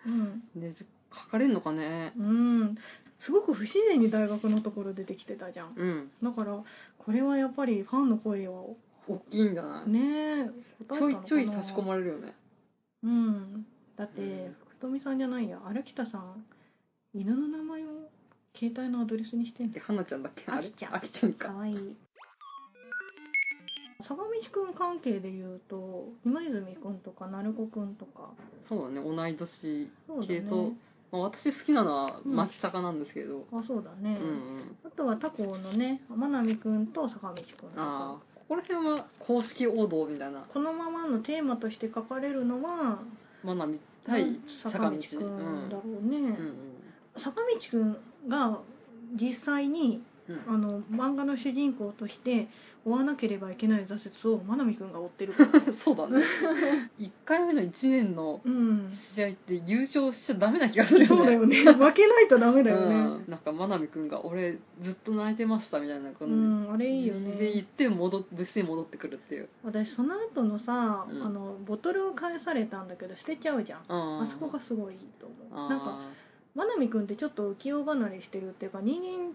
B: うん
A: で書かれるのかね
B: うんすごく不自然に大学のところ出てきてたじゃん
A: うん
B: だからこれはやっぱりファンの声を
A: 大きいんじゃない、
B: ねえ
A: ちょいちょい差し込
B: れ
A: まれるよね
B: うんだって、
A: うん
B: 福富さんじゃないや荒北さん犬の名前を携帯のアドレスにしてん
A: え
B: だよ
A: 花ちゃんだっけあれ
B: あきちゃん
A: あきちゃん
B: か
A: か
B: わいい坂道くん関係でいうと今泉くんとか鳴子くんとか
A: そうだね同い年、
B: そうだ
A: 系
B: ね
A: 統まあ、私好きなのは
B: うん
A: 牧坂なんですけど
B: あそうだ
A: う
B: ね
A: ん、、うん、
B: あとは他校のね天海くんと坂道くんと
A: あ
B: か
A: あここら辺は公式王道みたいな
B: このままのテーマとして書かれるのは
A: マナミ対
B: 坂
A: 坂
B: 道
A: 道
B: くんだろう
A: う
B: ね
A: ん、うん
B: 坂道くんが実際に
A: うん
B: あの漫画の主人公として追わなければいけない挫折を真奈美くんが追ってるから ね
A: そうだね一回目の一年の
B: うん
A: 試合って優勝しちゃダメな気がするよね
B: そうだよね負けないとダメだよね、
A: うん、なんか真奈美くんが「俺ずっと泣いてました」みたいな
B: う
A: 感じ
B: ん、あれいいよ
A: で行
B: ね
A: って戻っ部室に戻ってくるっていう
B: 私その後のさ、
A: うん
B: あのボトルを返されたんだけど捨てちゃうじゃん
A: あ
B: あそこがすごいいいと思うなんか
A: か
B: 真奈美くんってちょっと浮世離れしてるっていうか人間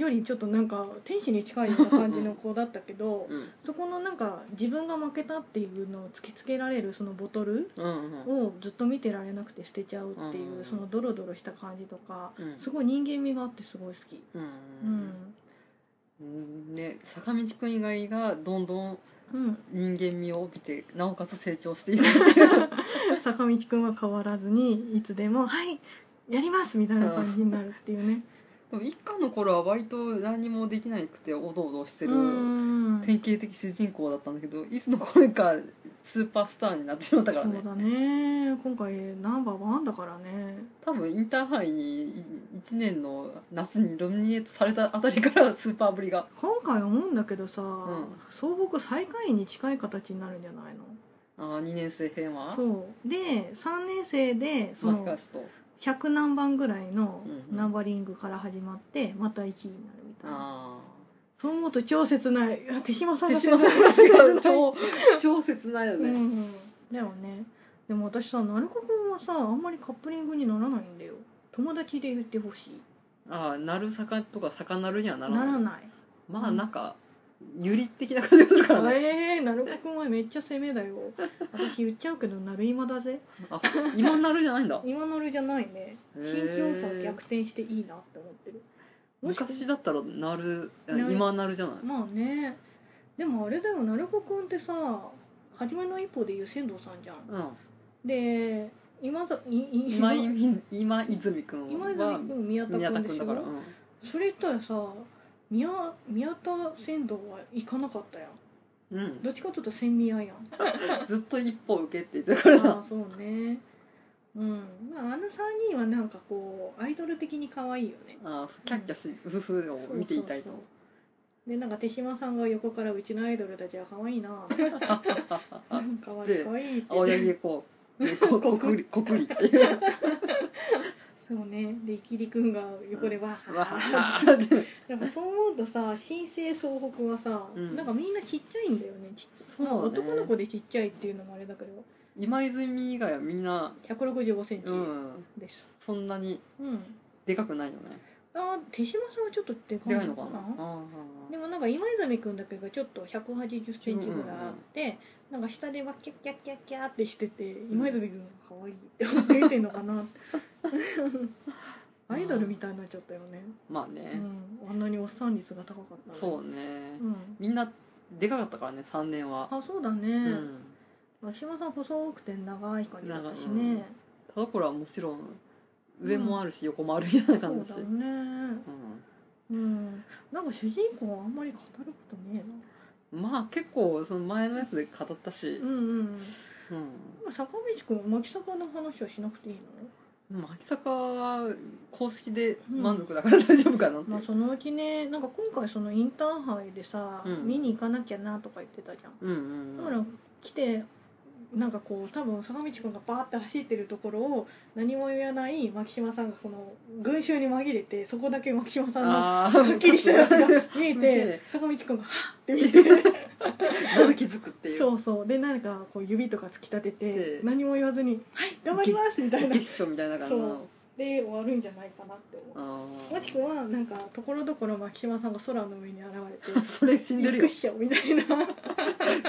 B: よりちょっとなんか天使に近いような感じの子だったけど
A: うん
B: そこのなんか自分が負けたっていうのを突きつけられるそのボトル
A: うんうん
B: をずっと見てられなくて捨てちゃうっていううんそのドロドロした感じとか
A: うん
B: すごい人間味があってすごい好き
A: う
B: うん
A: んうんね坂道くん以外がどんどん
B: うん
A: 人間味を帯びてなおかつ成長して いくっていう
B: 坂道くんは変わらずにいつでも「はいやります!」みたいな感じになるっていうね
A: でも一巻の頃は割と何もできなくておどおどして
B: う
A: る
B: ん
A: 典型的主人公だったんだけどいつの頃かスーパースターになってしまったから
B: そ
A: ね
B: うだね今回ナンバーワンだからね
A: 多分インターハイに1年の夏にノミネートされたあたりからスーパーぶりが
B: 今回思うんだけどさ、
A: ん
B: 総北最下位に近い形になるんじゃないの
A: あ2年生編は
B: そうで3年生でそ
A: もし
B: の
A: かすと
B: 100何番ぐらいの
A: うんうん
B: ナンバリングから始まってまた1位になるみたいな、
A: あ
B: そう思うと超切ないいや手島
A: あ
B: さん
A: 手島
B: が
A: さんが違う超超切ないよ
B: うんう
A: ね、
B: んだよねでも私さ鳴子くんはさあんまりカップリングにならないんだよ友達で言ってほしい
A: ああなる坂とか坂なるにはなら
B: な
A: ない
B: らない
A: まあなんかゆり的な感じがするからね
B: ええー、なるこくんはめっちゃ攻めだよ。私言っちゃうけど、なる今だぜ。
A: あ今なるじゃないんだ
B: 今なるじゃないね。
A: へ
B: 新
A: ー
B: 規差逆転していいなって思ってる。もしか
A: 昔だったらなる
B: なる
A: 今なるじゃない
B: まあね。でもあれだよ、なるこくんってさ、初めの一歩で言う仙道さんじゃん。
A: うん
B: で、今ざ、いい
A: 今泉今泉くん
B: 今
A: は
B: 泉くん、宮田
A: 宮
B: く
A: 田
B: んで
A: くん
B: し
A: だから、
B: ょ。
A: うん、
B: それ言ったらさ、宮宮田仙道は行かなかったやん。
A: うん、
B: どっちかというと千 宮やん。
A: ずっと一歩受けって言ってるから
B: あ
A: な
B: あそうねうんまああの3人はなんかこうアイドル的に可愛いよね
A: あーキャッキャし夫婦を見ていたいと
B: そうそうそうでなんか手島さんが横からうちのアイドルたちは可愛いなうん可愛い可愛いって
A: 青柳こうでここくりこくりっていう
B: そうねでいきりくんが横でわ
A: わ
B: ー
A: ははで
B: なんかそう思うとさ新生総北はさ、
A: うん
B: なんかみんなちっちゃいんだよねち
A: そう
B: まあ
A: だね
B: 男の子でちっちゃいっていうのもあれだけど
A: 今泉以外はみんな
B: 1 6 5センチ
A: うん
B: です、
A: そんなに
B: うん
A: でかくないよね
B: あー手島さんはちょっとでかい
A: でかい
B: の
A: の
B: か
A: か
B: な
A: なあ
B: でもなんか今泉くんだけがちょっと180センチぐらいあって、なんか下でわキャッキャッキャッキャーってしてて、今泉くんが可愛いって思って見てんのかな アイドルみたいになっちゃったよね、
A: ーまあ
B: う
A: ね、
B: ん、あんなにおっさん率が高かったのに
A: そう
B: う、
A: ね
B: ん、
A: みんなでかかったからね3年は
B: あそうだね、
A: うん
B: 私島さん細くて長い感じだったし
A: 長いうん
B: ね、
A: 田所はもちろん上もあるし横もあるみたいな
B: そ
A: 感
B: う
A: じだ
B: だ
A: しう
B: ね
A: ん
B: うんなんか主人公はあんまり語ることねえ
A: まあ結構その前のやつで語ったし
B: な、うんうん
A: うん
B: うん坂道くんは牧坂の話はしなくていいの
A: まあ、秋坂は公式で満足だから大丈夫かなって、
B: まあそのうちねなんか今回そのインターハイでさ、
A: うん
B: 見に行かなきゃなとか言ってたじゃん、
A: うんうん
B: だから来てなんかこう多分坂道くんがバーって走ってるところを何も言わない牧島さんがその群衆に紛れてそこだけ牧島さんの
A: ああ
B: はっきりしたやつ が見え
A: 見えて
B: て坂道くんがハッて見て
A: まず気づくっていう
B: そうそうでなんかこう指とか突き立て
A: ええ
B: て何も言わずに「はい頑張ります」みたいな
A: 決勝みたいな感じの
B: で終わるんじゃないかなって思う
A: あ
B: もしくはなんかところどころ牧島さんが空の上に現れて
A: ーそれ死んでるよ
B: びっくりしちゃうみたいな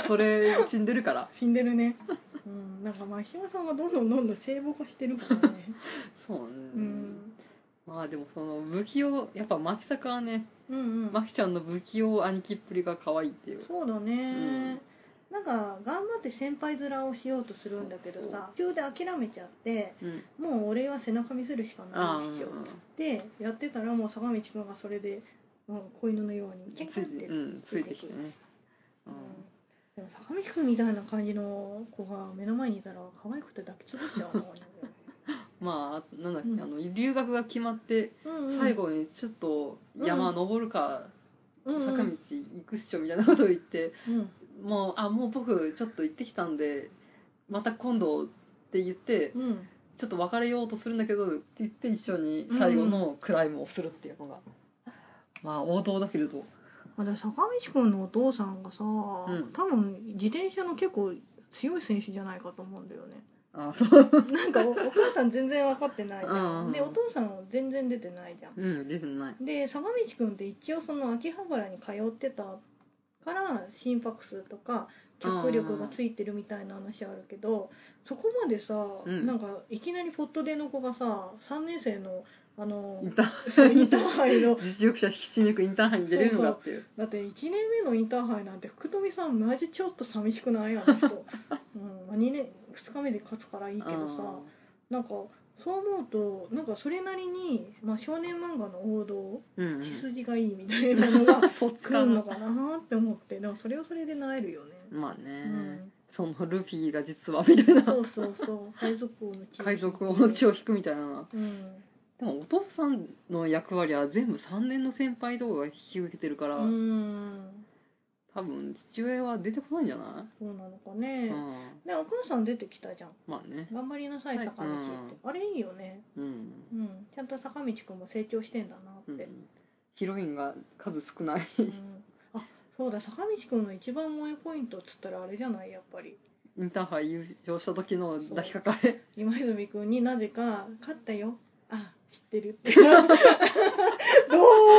A: それ死んでるから
B: 死んでるねうんなんか牧島さんはどんどんどんどん聖母化してるからね
A: そうね、
B: うん
A: まあでもその不器用やっぱ牧坂はね
B: うんうん
A: 牧ちゃんの不器用兄貴っぷりが可愛いっていう
B: そうだね、なんか頑張って先輩面をしようとするんだけどさ途中で諦めちゃって
A: うん
B: もう俺は背中見せるしか
A: ああ
B: ないんですよでやってたらもう坂道くんがそれで、うん、子犬のようにキャンキャンって、
A: うんついてきてねう
B: うんんでも坂道くんみたいな感じの子が目の前にいたら可愛くて抱きつぶしちゃうもんね
A: まあなんだっけ、
B: うん
A: あの留学が決まって
B: うんう ん
A: 最後にちょっと山登るか、
B: うんうん
A: 坂道行くっしょみたいなことを言って、
B: うん
A: もうあもう僕ちょっと行ってきたんでまた今度って言って
B: うん
A: ちょっと別れようとするんだけどって言って一緒に最後のクライムをするっていうのが、まあ王道だけれど
B: まあでも坂道くんのお父さんがさ、
A: ん
B: 多分自転車の結構強い選手じゃないかと思うん だよね
A: あそう
B: なんかおお母さん全然分かってないじ
A: うん
B: ゃ
A: うんうん
B: んでお父さんは全然出てないじゃん
A: うん出てない
B: で坂道くんって一応その秋葉原に通ってたから心拍数とか脚力がついてるみたいな話あるけどそこまでさ、
A: うん
B: なんかいきなりポットでの子がさ3年生のあの
A: インター
B: そうインターハイの
A: 実力者ひしめくインターハイに出れるのかっていう
B: だって1年目のインターハイなんて福富さんマジちょっと寂しくないあ の人、うんまあ、2, 年2日目で勝つからいいけどさ、なんかそう思うとなんかそれなりに、まあ、少年漫画の王道
A: うんうん
B: 血筋がいいみたいなの が
A: そっち
B: 来
A: か
B: るの
A: な
B: かなって思ってでもそれはそれでなえるよね、
A: まあね、
B: うん、
A: そのルフィが実はみたいな
B: そうそうそう海賊王の血
A: 海賊王の血を引くみたいな
B: うん、
A: でもお父さんの役割は全部3年の先輩とかが引き受けてるから、
B: うん、
A: 多分父親は出てこないんじゃな
B: そうなのか
A: い、
B: ね、
A: うん、
B: でお母さん出てきたじゃん
A: まあね
B: 頑張りなさい
A: はい
B: 坂道って、あれいいよね
A: うん、
B: うんちゃんと坂道くんも成長してんだ
A: う
B: なっ
A: ん
B: て、
A: ヒロインが数少ない
B: うんあそうだ坂道くんの一番萌えポイントっつったらあれじゃないやっぱ り
A: インターハイ優勝した時の抱きかか え
B: 今泉くんになぜか「勝ったよあ知ってる」ってどう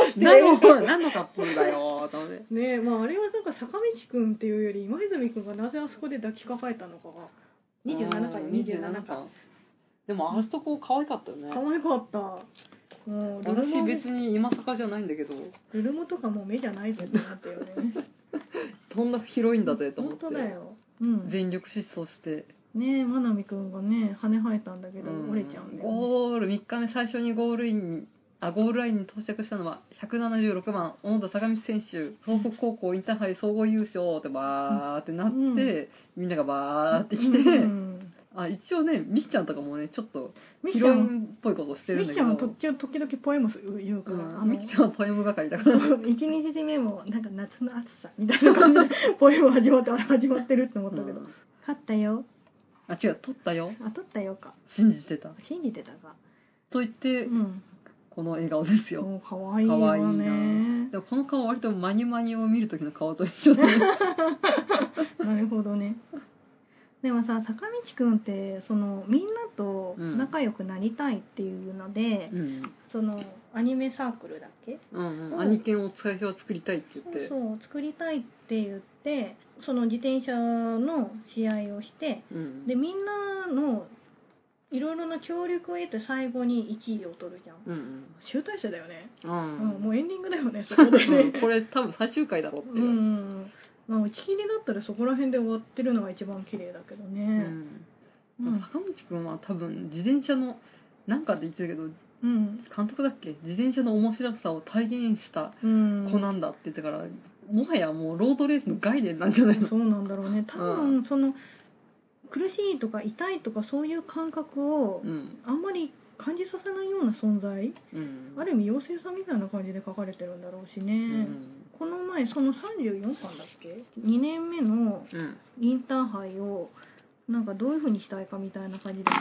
B: して
A: 何の何のカップルだよと思って
B: ねえまああれはなんか坂道くんっていうより今泉くんがなぜあそこで抱きかかえたのかが27回
A: うん
B: 27回
A: でもあそこ可愛かったよね
B: 可愛かったもうルル
A: 私
B: モ
A: 別に今坂じゃないんだけど
B: ルルモとかもう目じゃないぞってなったよね
A: どんなヒロインだぜと思っ
B: 本
A: て
B: 当だようん
A: 全力疾走して、
B: ねえまなみくんがね羽生えたんだけど
A: うん
B: 折れちゃうんだよね
A: ゴール3日目最初にゴールインにあゴールラインに到着したのは176番小野田坂道選手東北高校インターハイ総合優勝ってバーってなって、
B: うん
A: みんながバーって来て、
B: うん
A: あ一応ねみっちゃんとかもねちょっと
B: ミッ
A: ヒ
B: シ
A: ロ
B: ョ
A: イ
B: ン
A: ンっぽいことしてるん
B: ミッ
A: だ
B: シ
A: け
B: ョ
A: ど
B: ン途中時々ポエム言うから、あ
A: うん、
B: の
A: みっちゃんはポエム係だから
B: 1日目もなんか夏の暑さみたいな感じで ポエム始まってあれ始まってるって思ったけど、
A: うん
B: 勝ったよ
A: あ違う取ったよ
B: あ取ったよか
A: 信じてた
B: 信じてたか
A: と言って、
B: うん
A: この笑顔ですよ、
B: もう可愛い
A: 可
B: わ
A: 愛い
B: ね
A: でもこの顔割とマニュマニを見る時の顔と一緒で
B: なるほ どねでもさ坂道くんってそのみんなと仲良くなりたいっていうので、
A: うん
B: そのアニメサークルだっけ
A: うんう、
B: うんん
A: アニケンを使い表を作りたいって言っ
B: そう
A: て
B: そう作りたいって言ってその自転車の試合をして
A: うん
B: でみんなのいろいろな協力を得て最後に1位を取るじゃん
A: うん
B: 集大成だよね、
A: う
B: うん
A: ん
B: もうエンディングだよねそこで
A: うん
B: ね
A: これ多分最終回だろうっ
B: う
A: ていう、
B: んまあ打ち切りだったらそこら辺で終わってるのが一番綺麗だけど
A: う
B: ね
A: ん
B: うん
A: 坂道くんは多分自転車のなんかで言ってたけど
B: うん、
A: 監督だっけ自転車の面白さを体現した
B: うん
A: 子なんだって言ってたから、もはやもうロードレースの概念なんじゃないの
B: そうなんだろうね多
A: う
B: 分その苦しいとか痛いとかそういう感覚を
A: うん
B: あんまり感じさせないような存在
A: うん
B: ある意味妖精さんみたいな感じで書かれてるんだろうしね、
A: うん
B: この前その34巻だっけ2年目の
A: うん
B: インターハイをなんかどういう風にしたいかみたいな感じで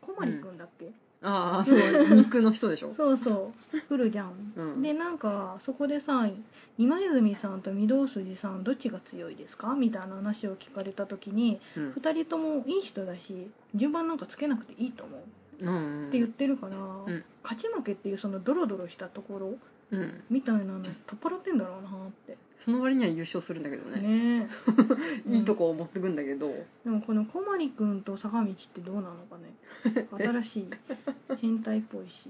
B: 小森くんだっけ、
A: ああす ごい肉の人でしょ
B: そうそう来るじゃん、
A: うん
B: でなんかそこでさ今泉さんと御堂筋さんどっちが強いですかみたいな話を聞かれた時に
A: うん
B: 2人ともいい人だし順番なんかつけなくていいと思う
A: うん
B: って言ってるから、
A: ん
B: 勝ち負けっていうそのドロドロしたところ
A: うん
B: みたいなの取っ払ってんだろうなって
A: その割には優勝するんだけどね
B: ねえ
A: いいとこを持ってくんだけど、
B: でもこの小森くんと坂道ってどうなの かね新しい変態っぽいし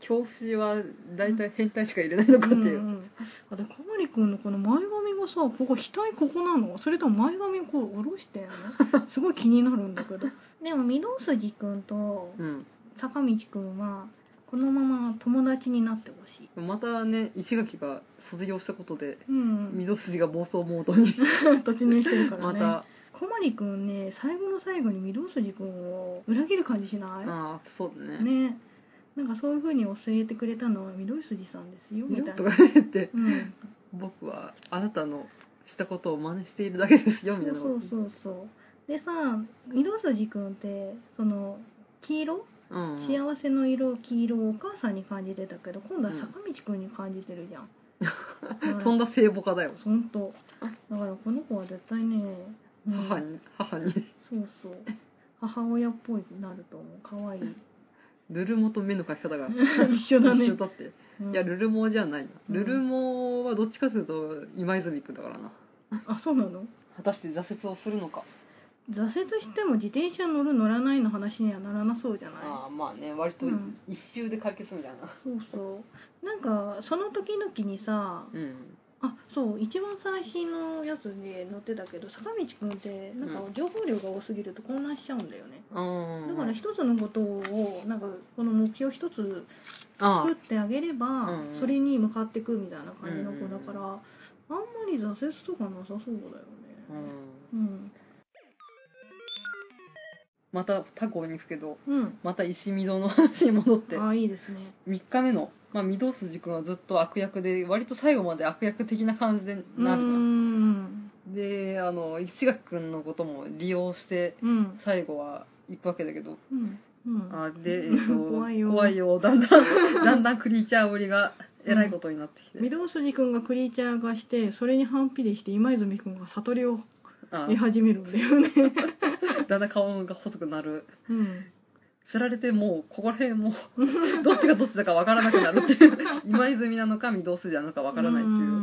A: 恐怖心は大体変態しか入れないのかっていう、
B: んんあで小森くんのこの前髪がさここ額ここなのそれとも前髪こう下 ろしてんのすごい気になるんだけど でも御堂筋くんと
A: うん
B: 坂道くんはこのまま友達になってほしい
A: またね石垣が卒業したことで
B: うん、
A: 御堂筋が暴走モードに
B: 突入してるから
A: ま
B: ね
A: た、
B: 小森くんね最後の最後に御堂筋くんを裏切る感じしない
A: ああそうだね
B: ねなんかそういう風に教えてくれたのは緑筋さんですよみたい
A: と
B: な
A: か。言って
B: うん、
A: 僕はあなたのしたことを真似しているだけですよみたい
B: そ
A: うなこ
B: そ
A: と
B: うそうそうでさ緑筋くんってその黄色、
A: うんうん
B: 幸せの色黄色をお母さんに感じてたけど今度は坂道くんに感じてるじゃん、うん、
A: とん だ聖母家だよ
B: ほんとだからこの子は絶対ね、うん
A: 母に母に
B: そうそう母親っぽいなると思う可 愛い
A: ルルモと目の描き方が
B: 一緒だね
A: 一緒だって
B: うん
A: いやルルモじゃないな
B: うん
A: ルルモはどっちかというと今泉君だからな
B: あそうなの
A: 果たして挫折をするのか
B: 挫折しても自転車乗る乗らないの話にはならなそうじゃない
A: ああまあね割と
B: うん
A: 一周で解決みたいな
B: そうそうなんかその時々にさ
A: うん
B: あそう一番最新のやつに載ってたけど坂道くんってなんか
A: う
B: 情報量が多すぎると混乱しちゃうんだよね、
A: うん
B: だから一つのことをなんかこの道を一つ
A: あ
B: 作ってあげれば、
A: うんうん
B: それに向かってくみたいな感じの
A: うんうん
B: 子
A: うん
B: だから、あんまり挫折とかなさそうだよ
A: あ、う
B: ね
A: ん、
B: うん
A: また他校に行くけど
B: うん、
A: また石見堂の話に戻って
B: ああいいですね
A: 3日目の、まあ、御堂筋君はずっと悪役で割と最後まで悪役的な感じでなる
B: う
A: じ
B: ー
A: ゃん
B: ん
A: であの石垣君のことも利用して
B: うん
A: 最後は行くわけだけど
B: うんうん
A: あで、えーと
B: 怖いよ
A: だんだんだんだんクリーチャーぶりがえらいことになってきて、
B: 御堂筋くんがクリーチャー化してそれに反比例して今泉くんが悟りを
A: あ
B: 得始めるんだよね、
A: だんだん顔が細くなる
B: うん、
A: 釣られてもうこ こら辺もどっちがどっちだかわからなくなるっていう 今泉なのか御堂筋なのかわからないっていう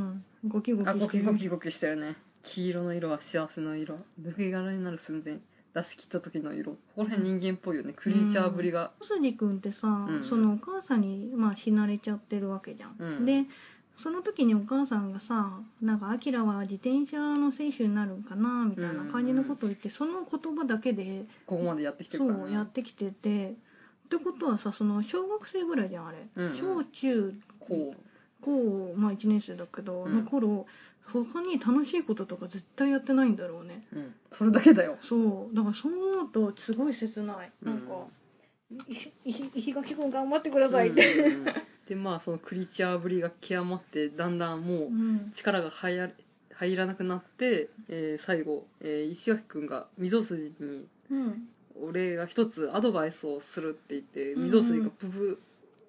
B: うゴキゴキ
A: あゴ
B: して
A: キ
B: る
A: ゴキゴキしてるね黄色の色は幸せの色抜け殻になる寸前出し切った時の色ここら辺人間っぽいよねクリーチャーぶりが
B: 小杉くんってさ、
A: ん
B: そのお母さんに、まあ、死なれちゃってるわけじゃん、
A: うん
B: でその時にお母さんがさ「なんかアキラは自転車の選手になるんかな」みたいな感じのことを言って、その言葉だけで
A: ここまでやってきてる
B: そ
A: から
B: うやってきててってことはさその小学生ぐらいじゃんあれ、
A: うん
B: 小中
A: こう
B: 高、まあ、1年生だけど、
A: うん
B: の頃他に楽しいこととか絶対やってないんだろうね
A: うん、それだけだよ
B: そうだからそう思うとすごい切ないなんか「石石石垣君頑張ってください」って、
A: うんうんうんでまあそのクリーチャーぶりが極まってだんだんもう
B: うん
A: 力が入ら入らなくなって、えー最後、えー石垣くんが溝筋に
B: うん
A: 俺が一つアドバイスをするって言って
B: うん
A: 御堂筋がププ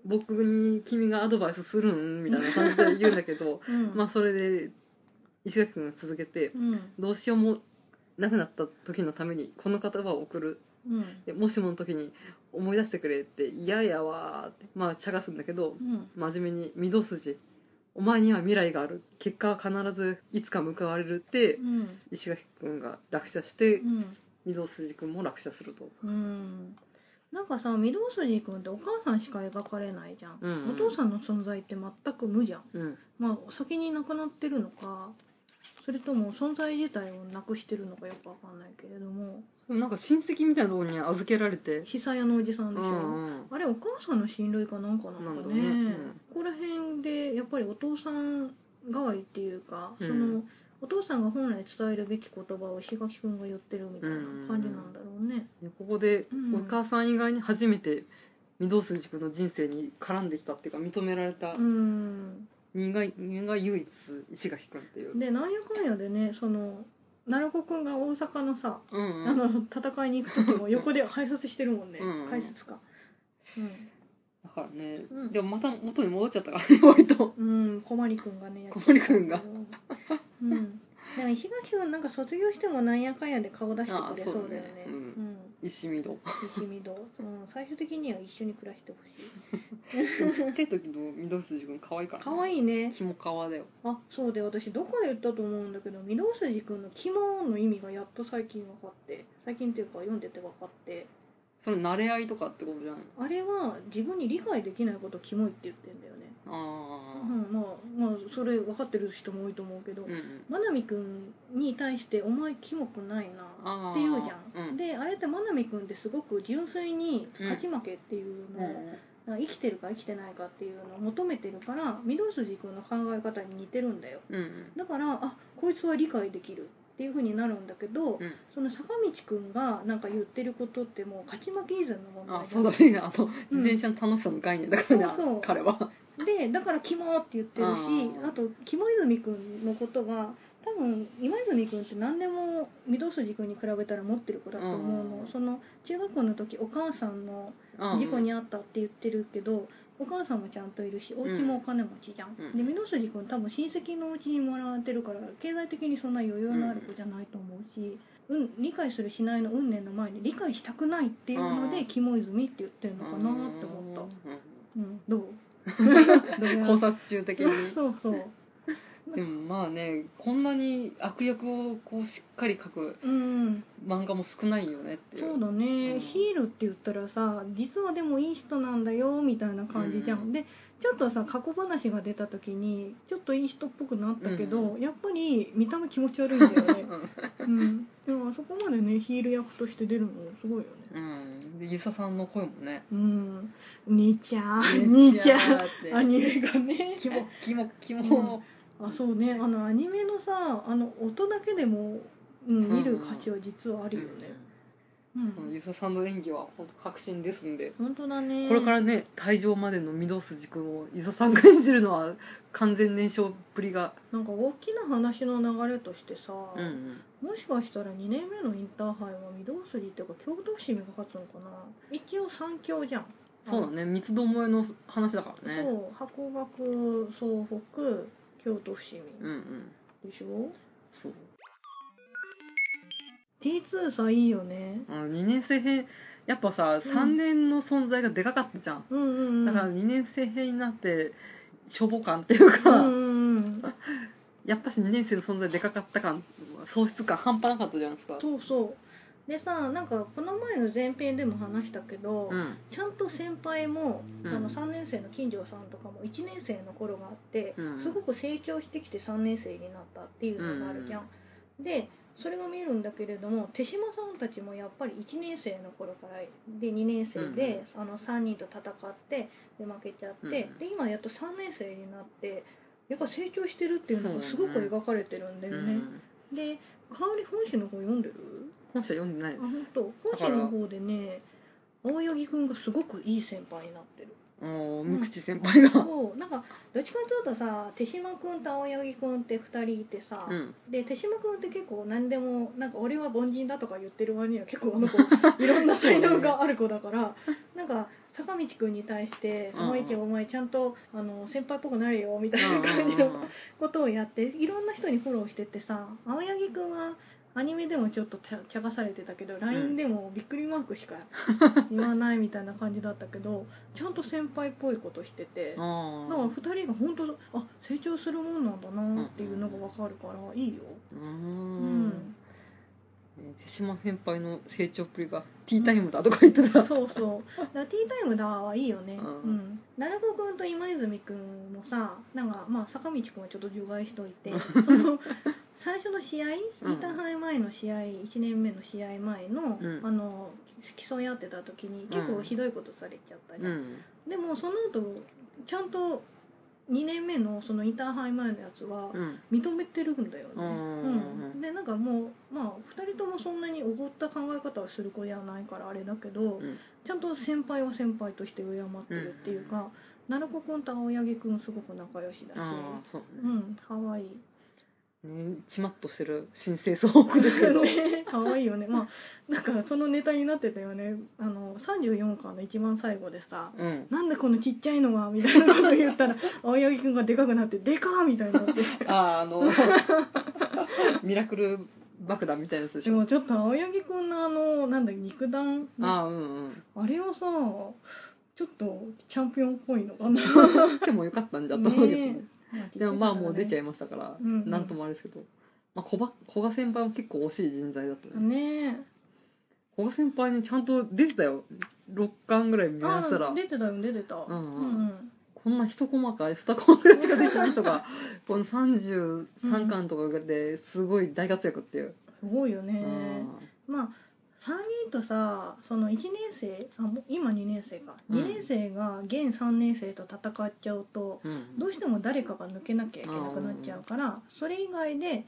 A: 僕に君がアドバイスするんみたいな感じで言うんだけど
B: うん
A: まあそれで石垣君が続けて
B: うん
A: どうしようもなくなった時のためにこの言葉を送る
B: うん
A: でもしもの時に思い出してくれって嫌やわーってまあ茶化すんだけど
B: うん
A: 真面目に御堂筋お前には未来がある結果は必ずいつか報われるって
B: うん
A: 石垣君が落車して
B: うん
A: 御堂筋君も落車すると。
B: うんなんかさ御堂筋君ってお母さんしか描かれないじゃん、
A: うんうん
B: お父さんの存在って全く無じゃん
A: うん
B: まあ先に亡くなってるのかそれとも存在自体をなくしてるのかよくわかんないけれども
A: でもなんか親戚みたいなところに預けられて、
B: 久屋のおじさん
A: う
B: でしょ、
A: んうん、
B: あれお母さんの親類かなんかなん
A: なん
B: か
A: だ
B: ね
A: ねうん
B: ここら辺でやっぱりお父さん代わりっていうか、
A: うん
B: そのお父さんが本来伝えるべき言葉を石垣くんが言ってるみたいな感じなんだろうね。
A: でここで
B: うん
A: お母さん以外に初めて御堂筋君の人生に絡んできたっていうか認められた
B: うん、
A: 人間が人間が唯一石垣君っていう、
B: でなんやかんやでねその奈良子くんが大阪のさ、
A: うんうん、
B: あの戦いに行く時も横で解説してるもんね
A: うん
B: 解説かうん
A: だからね、
B: うん
A: でもまた元に戻っちゃったからね割と
B: うん、小まりくんがね、
A: 小森くんが
B: うん。でも、東はなんか卒業してもなんやかんやで顔出してくれ
A: あー
B: そうだよね。
A: そうだねうん
B: ん。
A: 石見堂
B: 石見堂。うん、最終的には一緒に暮らしてほし
A: でもちっちゃい時の緑筋くん可愛いか
B: い。
A: ら、
B: 可愛いね。
A: 肝皮だよ
B: あ、そうで、私どこで言ったと思うんだけど、御堂筋くんの肝の意味がやっと最近分かって、最近っていうか読んでて分かって、
A: それ慣れ合いとかってことじゃないの
B: あれは自分に理解できないことをキモいって言ってんだよね。
A: あ
B: うん、まあ、まあ、それ分かってる人も多いと思うけど
A: あ、うん、うん、
B: まなみくんに対して「お前キモくないな」
A: ああ
B: って言うじゃん、
A: うん
B: であれってまなみくんってすごく純粋に
A: うん
B: 勝ち負けっていう
A: う
B: のを、
A: ん
B: なんか生きてるか生きてないかっていうのを求めてるから御堂筋くんの考え方に似てるんだよ
A: うん
B: だからあこいつは理解できるっていうふうになるんだけど、
A: うん
B: その坂道くんがなんか言ってることってもう勝ち負け以前の問
A: あ
B: 題じゃ
A: そ
B: ん
A: うだねあと自転車の楽しさの概念だからね、
B: そうそう
A: 彼は
B: でだから「キモ」って言ってるし
A: あー
B: あと肝泉くんのことが多分今泉くんって何でも御堂筋くんに比べたら持ってる子だと思うの、
A: うん
B: その中学校の時お母さんの
A: うん
B: 事故に遭ったって言ってるけど、お母さんもちゃんといるしお家もお金持ちじゃん、
A: うん
B: で御堂筋くん多分親戚のお家にもらってるから経済的にそんな余裕のある子じゃないと思うし、うん、理解するしないの運念の前に理解したくないっていうの
A: う
B: で
A: ん
B: 「肝泉」って言ってるのかなって思った。うん、 どうどう
A: うん
B: や
A: 考察中的に
B: そうそう。
A: でもまあねこんなに悪役をこうしっかり描く
B: うん、
A: 漫画も少ないよねっていう
B: そうだね、
A: うん
B: ヒールって言ったらさ実はでもいい人なんだよみたいな感じじゃん、
A: うん
B: でちょっとさ過去話が出た時にちょっといい人っぽくなったけど、
A: う、
B: やっぱり見た目気持ち悪いんだよね
A: うん
B: うん、でもあそこまでねヒール役として出るのすごいよね
A: うんで遊佐さんの声もね
B: うん兄ちゃん兄ちゃんア
A: って
B: ニメがね
A: キモキモキモ、
B: あそうねあのアニメのさあの音だけでも、うん、見る価値は実はあるよね、うん
A: うん遊佐さんの演技は本当革新ですんで、
B: 本当だね
A: これからね退場までの御堂筋くんを遊佐さんが演じるのは完全燃焼っぷりが、
B: なんか大きな話の流れとしてさ、
A: うんうん、
B: もしかしたら2年目のインターハイは御堂筋っていうか京都市に勝つのかな一応三強じゃん
A: そうだね三つどもえの話だからね
B: そう箱学総北京都伏
A: うん
B: 見
A: うん
B: でしょ
A: そう
B: T2 さいいよね
A: あの2年生編やっぱさ
B: うん
A: 3年の存在がでかかったじゃん、
B: うんうんうん
A: だから2年生編になってしょぼ感っていうか、
B: うんうんうん
A: やっぱし2年生の存在でかかった感喪失感半端なかったじゃないですか
B: そうそうでさなんかこの前の前編でも話したけど、
A: うん
B: ちゃんと先輩も、
A: うん
B: あの3年生の金城さんとかも1年生の頃があって、
A: うん
B: すごく成長してきて3年生になったっていうのがあるじゃん、でそれが見えるんだけれども手島さんたちもやっぱり1年生の頃からで2年生で、あの3人と戦ってで負けちゃって、
A: うん
B: で今やっと3年生になってやっぱ成長してるっていうのがすごく描かれてるんだ
A: う
B: よね
A: ん
B: で香織本誌の方読んでる
A: 本社読んでない
B: あ本当本誌の方でね青柳君がすごくいい先輩になってる
A: おー無口先輩が
B: そうなんかどっちかというとさ手島君と青柳君って2人いてさ、
A: うん
B: で手島君って結構何でもなんか俺は凡人だとか言ってる割には結構あの子 いろんな才能がある子だからなんか坂道君に対して「
A: うんうん
B: お前お前ちゃんとあの先輩っぽくなれよ」みたい
A: うん
B: な
A: うん
B: 感
A: う
B: じ
A: ん
B: のことをやっていろんな人にフォローしてってさ青柳君はアニメでもちょっとちゃちゃかされてたけど LINE でもびっくりマークしか言わないみたいな感じだったけ どちゃんと先輩っぽいことしてて。だから
A: あー
B: 2人が本当あ成長するもんなんだなっていうのが分かるからいいよ、
A: うー
B: うん
A: ん手島先輩の成長っぷりが「ティータイムだ」とか言 ってた
B: そうそうだからティータイムだはいいよね、
A: う
B: うんん奈良子くんと今泉くんもさなんかまあ坂道くんはちょっと除外しとい てその最初の試合イ
A: うん
B: ンターハイ前の試合1年目の試合前の,、
A: うん
B: あの競い合ってた時に結構ひどいことされちゃったじゃ
A: うんん
B: でもその後ちゃんと2年目のそのインターハイ前のやつは
A: うん
B: 認めてるんだよね、
A: う
B: うんんでなんかもうまあ2人ともそんなにおごった考え方をする子ではないからあれだけど、
A: うん
B: ちゃんと先輩は先輩として敬ってるっていうか、奈良子くんと青柳くんすごく仲良しだし
A: ああそう
B: う
A: ね
B: ん可愛い
A: ね、ちまっとしてる新生総北です けど、
B: ね可愛いよねまあなんかそのネタになってたよねあの34巻の一番最後でさ
A: うん
B: 「なんでこのちっちゃいのは」みたいなこと言ったら青柳君がでかくなって「でかー!」みたいになって
A: あああの ミラクル爆弾みたいなやつでし
B: で
A: ょ
B: もちょっと青柳君のあのなんだ肉弾
A: ああ
B: あ
A: うん
B: れはさちょっとチャンピオンっぽいのかな
A: うんでもよかったんだと思うけどね
B: ね
A: でもまあもう出ちゃい
B: い
A: ましたから、
B: うんうん
A: なんともあれですけど、まあ、古賀古賀先輩も結構惜しい人材だったね、
B: ね
A: 古賀先輩にちゃんと出てたよ6巻ぐらい見直したら
B: あ出てたよ出てた
A: んうん
B: うん
A: こんな一コマか2コマぐらいしか 出てない人がこの33巻とかですごい大活躍っていう、
B: すごいよ
A: う
B: ね
A: ん
B: まあ3人とさその1年生あもう今2年生か
A: うん
B: 2年生が現3年生と戦っちゃうと
A: うん
B: どうしても誰かが抜けなきゃいけなくなっちゃうからそれ以外で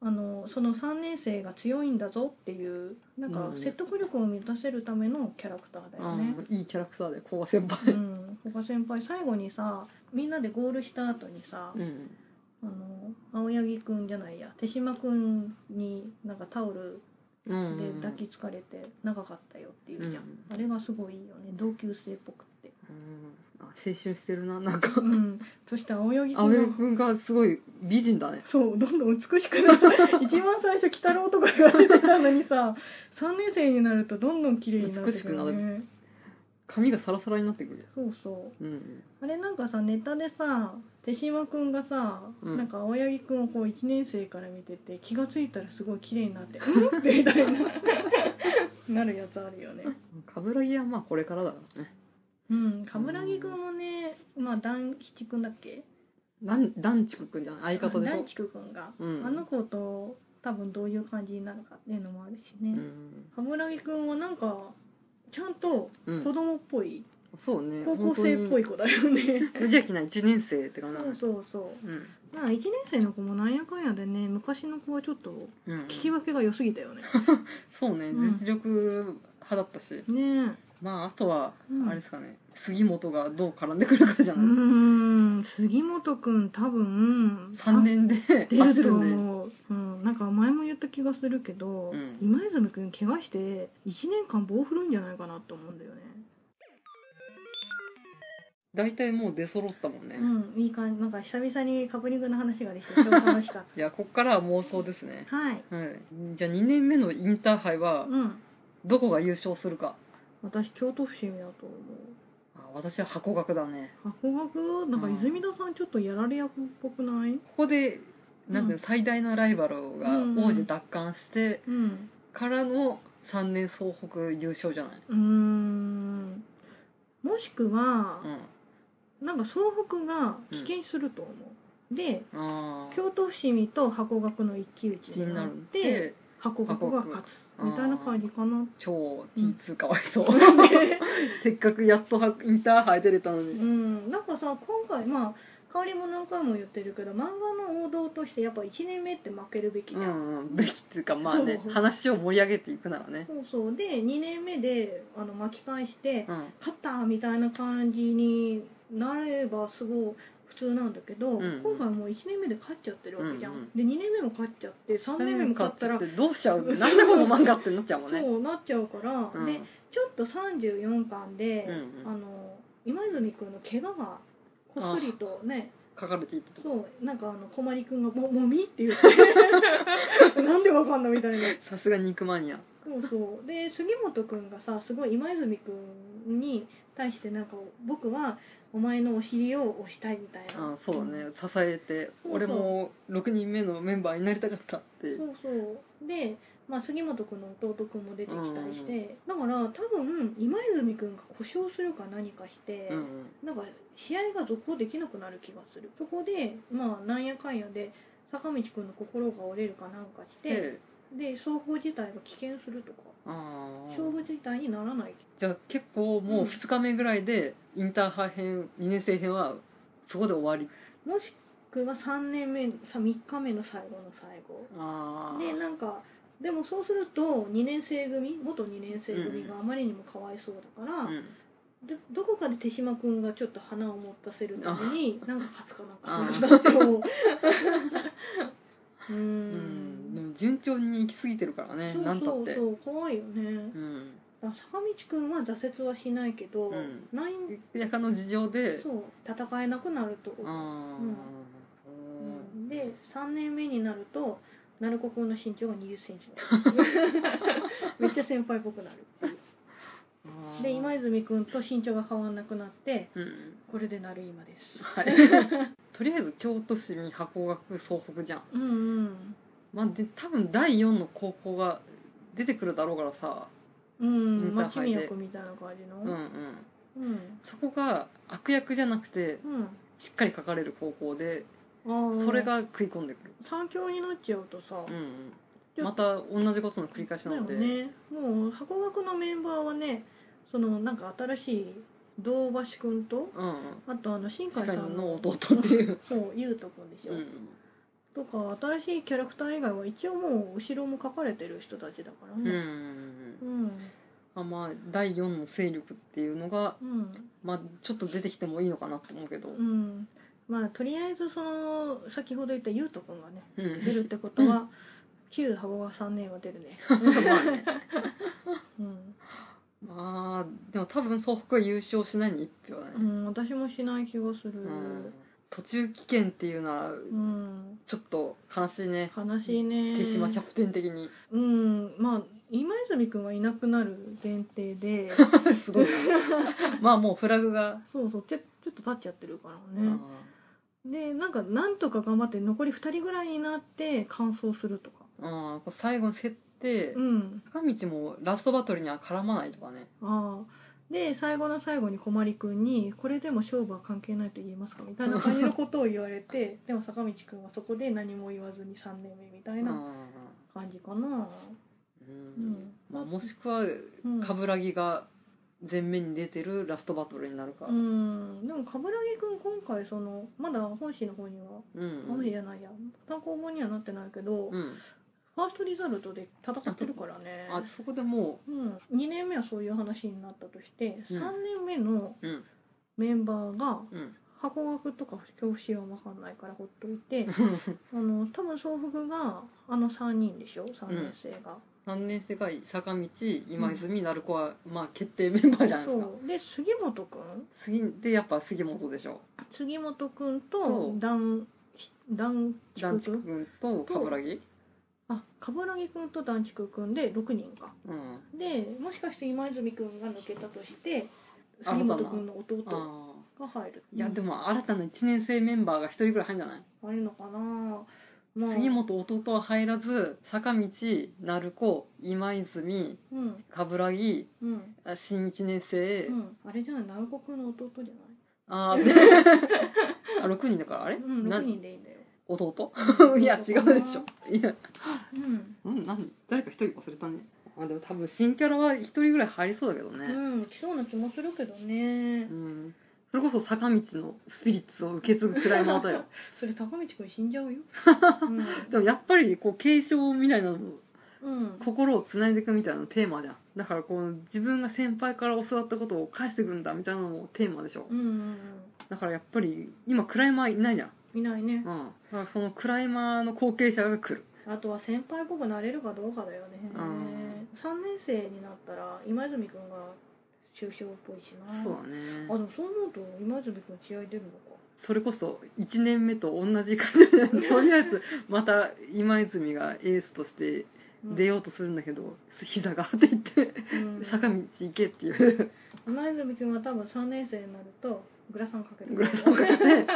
B: あのその3年生が強いんだぞっていうなんか
A: うん
B: 説得力を満たせるためのキャラクターだよね。
A: うんいいキャラクターで古賀先
B: う
A: 輩、
B: ん、古賀先輩最後にさみんなでゴールした後にさ、
A: うん、
B: あの青柳くんじゃないや手島くんになんかタオル
A: うん
B: で抱きつかれて長かったよっていうじゃん、
A: うん
B: あれがすごいいいよね同級生っぽくって、
A: うんあ青春してるななんか
B: うん、そして青柳く
A: 阿部
B: んが
A: 君がすごい美人だね
B: そうどんどん美しくなる一番最初鬼太郎とか言われてたのにさ3年生になるとどんどん綺麗になってくるよ
A: 美しく
B: ね
A: 髪がサラサラになってくる
B: そうそう
A: うん
B: あれなんかさネタでさ手島くんがさ、
A: うん
B: なんか青柳くんをこう1年生から見てて気がついたらすごい綺麗になって「 うん?」みたいななるやつあるよね
A: 冠城はまあこれからだからね
B: うん冠城くんもねまあ段吉くんだっけ
A: なん団地くんじゃない相方でし
B: 段
A: ょ
B: 吉くんが、
A: うん
B: あの子と多分どういう感じになるかっていうのもあるし
A: う
B: ね、
A: ん、
B: 冠城くんはなんかちゃんと
A: う
B: 子
A: ん、
B: 供っぽい、
A: そうね
B: 高校生っぽい子だよね
A: 本当に無邪気な1年生って
B: そ
A: 感じだ
B: う
A: ね
B: そうそう
A: うん
B: まあ1年生の子もなんやかんやでね昔の子はちょっと
A: うん
B: 聞き分けが良すぎたよね。
A: そうね
B: うん
A: 実力派だったし、
B: ね
A: まああとは
B: うん
A: あれですかね、杉本がどう絡んでくるかじ
B: え。
A: ゃ
B: う
A: ない、
B: ーん杉本くん多分
A: 3年で
B: 出
A: バスる
B: ると
A: んで
B: 思う。うんなんか前も言った気がするけど、
A: うん
B: 今泉くん怪我して1年間棒振るんじゃないかなと思うんだよね。
A: 大体もう出揃ったもんね、
B: うんいい感じなんか久々にカブリングの話ができて超楽しかっ
A: いやこっからは妄想ですね、
B: た。はい。
A: はい、じゃあ2年目のインターハイは
B: うん。
A: どこが優勝するか、
B: 私京都伏見だと思う。
A: あ私は箱学だね
B: 箱学なんか
A: うん
B: 泉田さんちょっとやられ役っぽくない？
A: ここでなんていうの、最大のライバルが
B: うん
A: 王子奪還して
B: うん。
A: からの3年総北優勝じゃないう
B: ーんもしくは
A: う、ん
B: なんか総北が棄権すると思う、で
A: ああ
B: 京都伏見と箱学の一騎打ち
A: 気に
B: に
A: な
B: なっ
A: るん
B: て
A: で
B: 箱学が勝
A: あ
B: つ
A: ー
B: みたいな感じかな
A: 超
B: うん
A: T2 かわいそう、 せっかくやっとはインターハイ出れたの
B: う
A: に
B: んなんかさ今回まあ香りも何回も言ってるけど漫画の王道としてやっぱ1年目って負けるべきじ
A: う
B: ゃん、
A: んうんべきっていうかまあね
B: そう
A: 話を盛り上げていくならね
B: そうそうで2年目であの巻き返して、
A: うん
B: 勝ったみたいな感じになればすごい普通なんだけど、
A: んうん
B: 今回もう1年目で勝っちゃってるわけじゃん、
A: うんうん
B: で2年目も勝っちゃって3年目も勝ったら、
A: てどうしちゃうなんでこの漫画ってなっちゃうもんね
B: そうなっちゃうから、
A: うん
B: でちょっと34巻で、
A: うんうん
B: あの今泉君の怪我がこっそりとね
A: 書かれていたと
B: そうなんかあの小まり君がも「もみ?」って言って「 なんでわかんの?」みたいな
A: さすが肉マニア
B: そうそうで杉本君がさすごい今泉君に対してなんか僕はお前のお尻を押したいみたいな
A: あそうだね支えて
B: そうそう
A: 俺も6人目のメンバーになりたかったっていう
B: そうそうで、まあ、杉本君の弟君も出てきたりして、だから多分今泉君が故障するか何かして、
A: うんうん
B: なんか試合が続行できなくなる気がするそこでまあなんやかんやで坂道君の心が折れるかなんかして、
A: で
B: で走行自体が棄権するとか
A: あー
B: 勝負自体にならない
A: じゃあ結構もう2日目ぐらいでインターハイ編2年生編はそこで終わり
B: もしくは3年目さ3日目の最後の最後
A: あ
B: でなんかでもそうすると2年生組元2年生組があまりにもかわいそうだから、
A: あ、うん、
B: どどこかで手島君がちょっと花を持たせるためになんか勝つかなんかしなかったってうん
A: うん、でも順調に行き過ぎてるからね
B: そう
A: なんた
B: そ
A: っ
B: う
A: て
B: そう怖いよね、
A: うん
B: だから坂道くんは挫折はしないけ
A: う
B: ど、
A: ん
B: ない
A: やかの事情で
B: そう戦えなくなると、
A: あー
B: うんで3年目になると鳴子くんの身長が2 0セ ンチめっちゃ先輩っぽくなるっていう
A: あー
B: で今泉くんと身長が変わんなくなって
A: うん
B: これでなる今です
A: はい とりあえず京都市に箱学総北じゃん
B: うんうん
A: まあで多分第4の高校が出てくるだろうからさ
B: うん
A: インター
B: 町
A: ハイで
B: 宮君みたいな感じの
A: うんうん
B: うん
A: そこが悪役じゃなくて
B: うん
A: しっかり書かれる高校で
B: あー
A: それが食い込んでくる
B: 三強になっちゃうとさ、
A: うん
B: ち
A: う
B: ょ
A: んまた同じことの繰り返しなので、
B: だよねもう箱学のメンバーはねそのなんか新しい堂橋くんと
A: うんうん
B: あとあの新海
A: 近
B: さ
A: い
B: ん
A: の弟っていう、
B: そうゆうとくんでしょ、
A: うん、
B: とか新しいキャラクター以外は一応もう後ろも書かれてる人たちだから
A: うんうんう
B: ね
A: ん
B: ん
A: あまあ第4の勢力っていうのが
B: うん
A: まあちょっと出てきてもいいのかなと思うけど、
B: うん、まあとりあえずその先ほど言ったゆうとくんがね
A: うん
B: 出るってことは旧箱が3年は出るね
A: まあね
B: うん、
A: まあでも多分総北は優勝しないに一票だ
B: う
A: ね、
B: ん、私もしない気がする
A: うん途中棄権っていうのは
B: うん、
A: ちょっと悲しいね、
B: 悲しいね
A: 手島キャプテン的に
B: うんまあ今泉君はいなくなる前 提で
A: すごいまあもうフラグが、
B: そうそうちょちょっと立っちゃってるから
A: う
B: ね
A: ん、
B: でなんかなんとか頑張って残り2人ぐらいになって完走するとか
A: うんこう最後に競って、
B: うん
A: 坂道もラストバトルには絡まないとかね
B: ああで最後の最後に小まりくんに「これでも勝負は関係ないと言えますか?」みた いな感じのことを言われてでも坂道くんはそこで何も言わずに3年目みたいな感じかな
A: うん
B: ん
A: まあ、もしくは
B: うん
A: 冠城が前面に出てるラストバトルになるか、
B: うんでも冠城くん今回そのまだ本誌の方には
A: うんうん
B: 本誌じゃないや単行本にはなってないけど、
A: う
B: フ
A: ん
B: ァーストリザルトで戦ってるからね
A: あそこでも
B: うん、2年目はそういう話になったとして、
A: うん
B: 3年目の
A: ううん
B: メンバーが
A: うん
B: 箱学とか教師は分かんないからほっといてあの多分総福があの3人でしょ3年生が、
A: 3年生が坂道今泉鳴子は、まあ決定メンバーじゃないですか
B: そうで杉本くん
A: 次でやっぱ杉本でしょ
B: 杉本くん
A: そ
B: と
A: う
B: 段段
A: 団
B: 竹
A: 地
B: くん
A: 君と冠城
B: あ冠城くんと段竹くんで6人か
A: うん
B: でもしかして今泉くんが抜けたとして
A: あ
B: 杉本くんの弟
A: ああ
B: が入る
A: いやで
B: も
A: も新たな1年生メンバーが1人ぐらい入るんじゃない
B: 入るのかなま
A: 杉本弟は入らず坂道鳴子今泉
B: うん
A: 冠城
B: うん、
A: あ新1年生、
B: うん、あれじゃない南国の弟じゃ
A: あーであ6人だからあれ、
B: ないうん
A: な
B: 6人でいいんだよ
A: 弟
B: う ん
A: いや違うでしょいや
B: うん、
A: うん何誰か1人忘れたねあでも多分新キャラは1人ぐらい入りそうだけどね
B: うん、来そうな気もするけどね、
A: うんそれこそ坂道のスピリッツを受け継ぐくらいのだよ
B: それ坂道くん死んじゃ うよ、
A: でもやっぱりこう継承みたいなの
B: うん、うん、
A: 心をつないでいくみたいなのテーマじゃんだからこう自分が先輩から教わったことを返していくんだみたいなのもテーマでしょ
B: うんうんうん
A: だからやっぱり今クライマーいないじゃん
B: いない
A: う、
B: ね
A: んだからそのクライマーの後継者が来る
B: あとは先輩っぽくなれるかどうかだよね、
A: うん
B: 3年生になったら今泉くんが中小っぽいしな
A: そうだ
B: あ
A: ね
B: でもそう思うと今泉くん血合い出るのか
A: それこそ1年目と同じ感じでとりあえずまた今泉がエースとして出ようとするんだけど、膝が張っていって
B: うん、うん
A: 坂道行けっていう
B: 今泉くんは多分3年生になるとグラサンかけて
A: ぐらいの感じで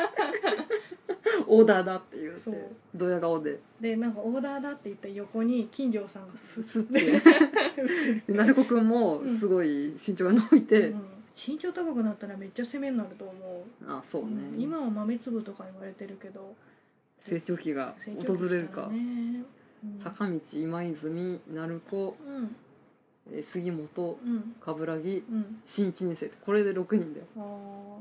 A: オーダーだって言っ
B: そう
A: てドヤ顔で
B: でなんかオーダーだって言った横に金城さんが
A: スッて。で鳴子くんもすごい身長が伸びて、
B: うん身長高くなったらめっちゃ攻めになると思
A: あそう
B: う、
A: ね
B: 今は豆粒とか言われてるけど
A: 成長期が
B: 成長
A: 訪
B: 期だ
A: れるか、
B: ねうん
A: 坂道今泉鳴子
B: うん
A: えー杉本
B: うん
A: 冠城
B: うん
A: 新1年生これで6人だよ、
B: あ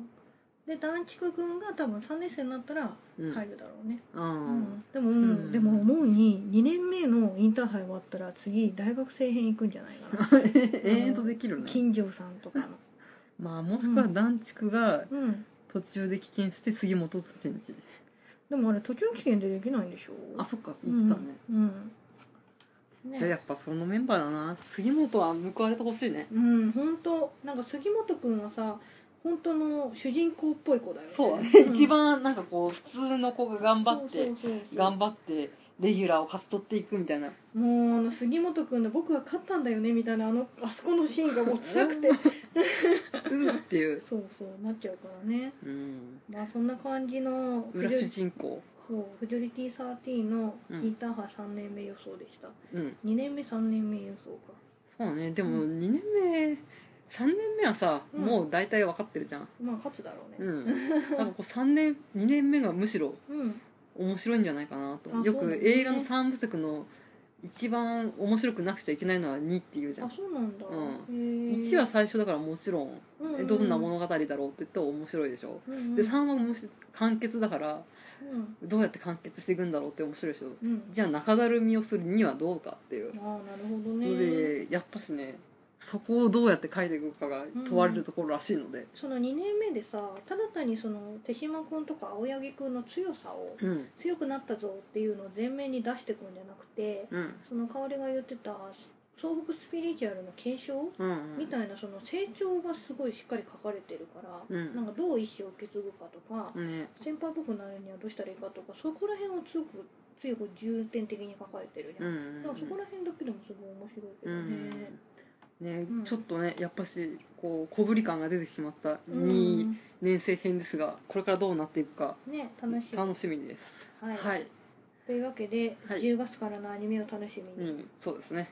B: ーで団地区君が多分3年生になったら
A: うん
B: 入るだろうね、
A: う
B: うん
A: ん
B: でも、
A: うん
B: でも思うに2年目のインターハイ終わったら次大学生編行くんじゃないかな
A: 永遠とできるね
B: 金城さんとかの
A: まあもしくは団地区が
B: うん
A: 途中で棄権して杉本とチェンジ
B: でもあれ途中棄権でできないんでしょ
A: あそっか言ってたね、
B: うん、うんね
A: じゃあやっぱそのメンバーだな杉本は報われてほしいね
B: うん本当なんか杉本くんはさ本当の主人公っぽい子だよね
A: そうだね、一番なんかこう普通の子が頑張って頑
B: 張
A: 張ってレギュラーを勝ち取っていくみたいな
B: もうあの杉本くんの僕は勝ったんだよねみたいなあのあそこのシーンがもう辛くて
A: うんっていう、
B: そうそうなっちゃうからね
A: うん、
B: まあそんな感じの
A: 裏主人公
B: そうフジョリティサーティーンの
A: うん
B: インターハイ3年目予想でした、
A: うん
B: 2年目3年目予想か
A: そうねでも
B: う
A: 2年目3年目はさ、
B: うん
A: もう大体分かってるじゃん
B: まあ勝つだろう
A: う
B: ね
A: ん なんかこう3年2年目がむしろ
B: うん
A: 面白いんじゃないかなと
B: あ
A: よ
B: そう
A: く
B: だね
A: 映画の3部作の一番面白くなくちゃいけないのは2っていうじゃ
B: あ
A: ん
B: そうなんだ、
A: う
B: へえ
A: 1は最初だからもちろん
B: う
A: えどんな物語だろうって言ったら面白いでしょ
B: うんうん
A: で3はもし完結だから
B: うん
A: どうやって完結していくんだろうって面白いでしょ
B: うん
A: じゃあ中だるみをするにはどうかっていう
B: ああなるほどね
A: のでやっぱしねそこをどうやって書いていくかが問われるところらしいので
B: その2年目でさただ単にその手島君とか青柳君の強さを
A: うん
B: 強くなったぞっていうのを前面に出してくんじゃなくて
A: うん
B: その香りが言ってた総北スピリチュアルの継承
A: うんう
B: み
A: ん
B: たいなその成長がすごいしっかり書かれてるから、
A: うん
B: なんかどう意思を受け継ぐかとか、
A: ね
B: 先輩っぽくなるにはどうしたらいいかとかそこら辺を強く強く重点的に書かれてるじ
A: う
B: ゃん、
A: ん
B: だからそこら辺だけでもすごい面白いけ
A: う
B: ど
A: ん
B: ね、
A: ね
B: うん
A: ちょっとねやっぱしこう小ぶり感が出てしまった
B: うん
A: 2年生編ですがこれからどうなっていくか
B: ね楽しい、
A: 楽しみです
B: はい
A: はい
B: というわけで、
A: はい
B: 10月からのアニメを楽し
A: う
B: みに、
A: んそうですね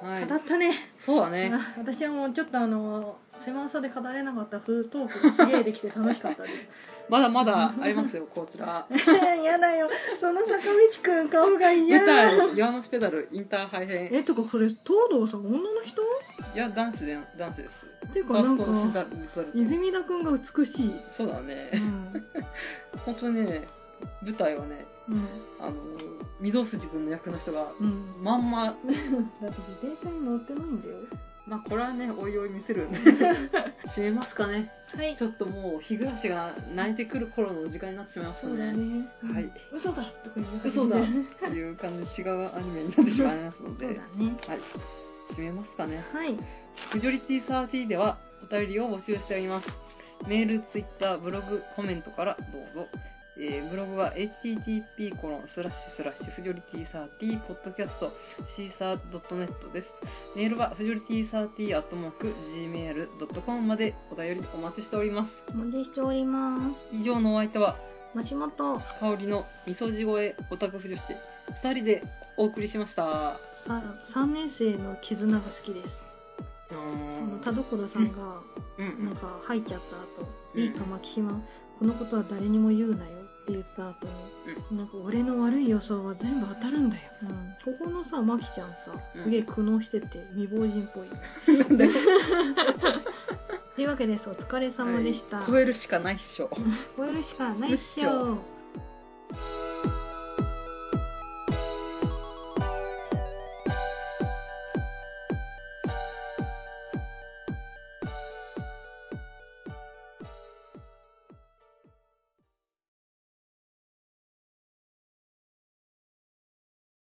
A: はい
B: 語ったね
A: そうだね
B: あ 私はもうちょっとあの狭さで語れなかったフルトークがすげえできて楽しかったです
A: まだまだありますよこちら
B: やだよその坂道くん顔が
A: 舞
B: 嫌
A: 台「岩のスペダルインターハイ編」
B: えとかこれ東堂さん女の人
A: いや男子で男子です
B: っていうか
A: バ
B: な
A: ストの
B: ん
A: スペ
B: か
A: ダルスペダルと
B: 泉田くんが美しい、
A: そうだ
B: う
A: ね
B: ん
A: 本当にね舞台はね
B: うん
A: あの御堂筋君の役の人が
B: うん
A: まんま
B: だって自転車に乗ってないんだよ
A: まあこれはねおいおい見せるん で締めますかね
B: はい
A: ちょっともう日暮らしが泣いてくる頃の時間になってしまいます
B: そう
A: の
B: だ
A: で、
B: ね、
A: はい
B: 嘘だとか言う
A: 嘘だっ
B: そう
A: ていう感じ違うアニメになってしまいますの
B: だ
A: で
B: ね
A: はい締めますかね
B: はい
A: フジョリティサーティではお便りを募集しております。メール、ツイッター、ブログ、コメントからどうぞ。えーブログは http コロンスラッシュスラッシュフジョリティサーティポッドキャストシーサー .net です。メールはフジョリティサーティアットマーク gmail.com までお便りお待ちしております。
B: お待ちしておりま
A: 以上のお相手は
B: すマシモト
A: 香りのみそじ声オタク婦女子二人でお送りしました。
B: 3年生の絆が好きです、
A: う
B: あの
A: ん
B: 田所さんが
A: う
B: なん
A: ん
B: か入っちゃった後、
A: うん
B: いいか牧島このことは誰にも言うなよって言った後に、なんか俺の悪い予想は全部当たるんだよ、ここのさマキちゃんさ
A: うん
B: すげえ苦悩してて未亡人っぽい
A: うん。なんだよ
B: というわけですお疲れ様でした、
A: はい超えるしかないっしょ。
B: 超えるしかないっしょ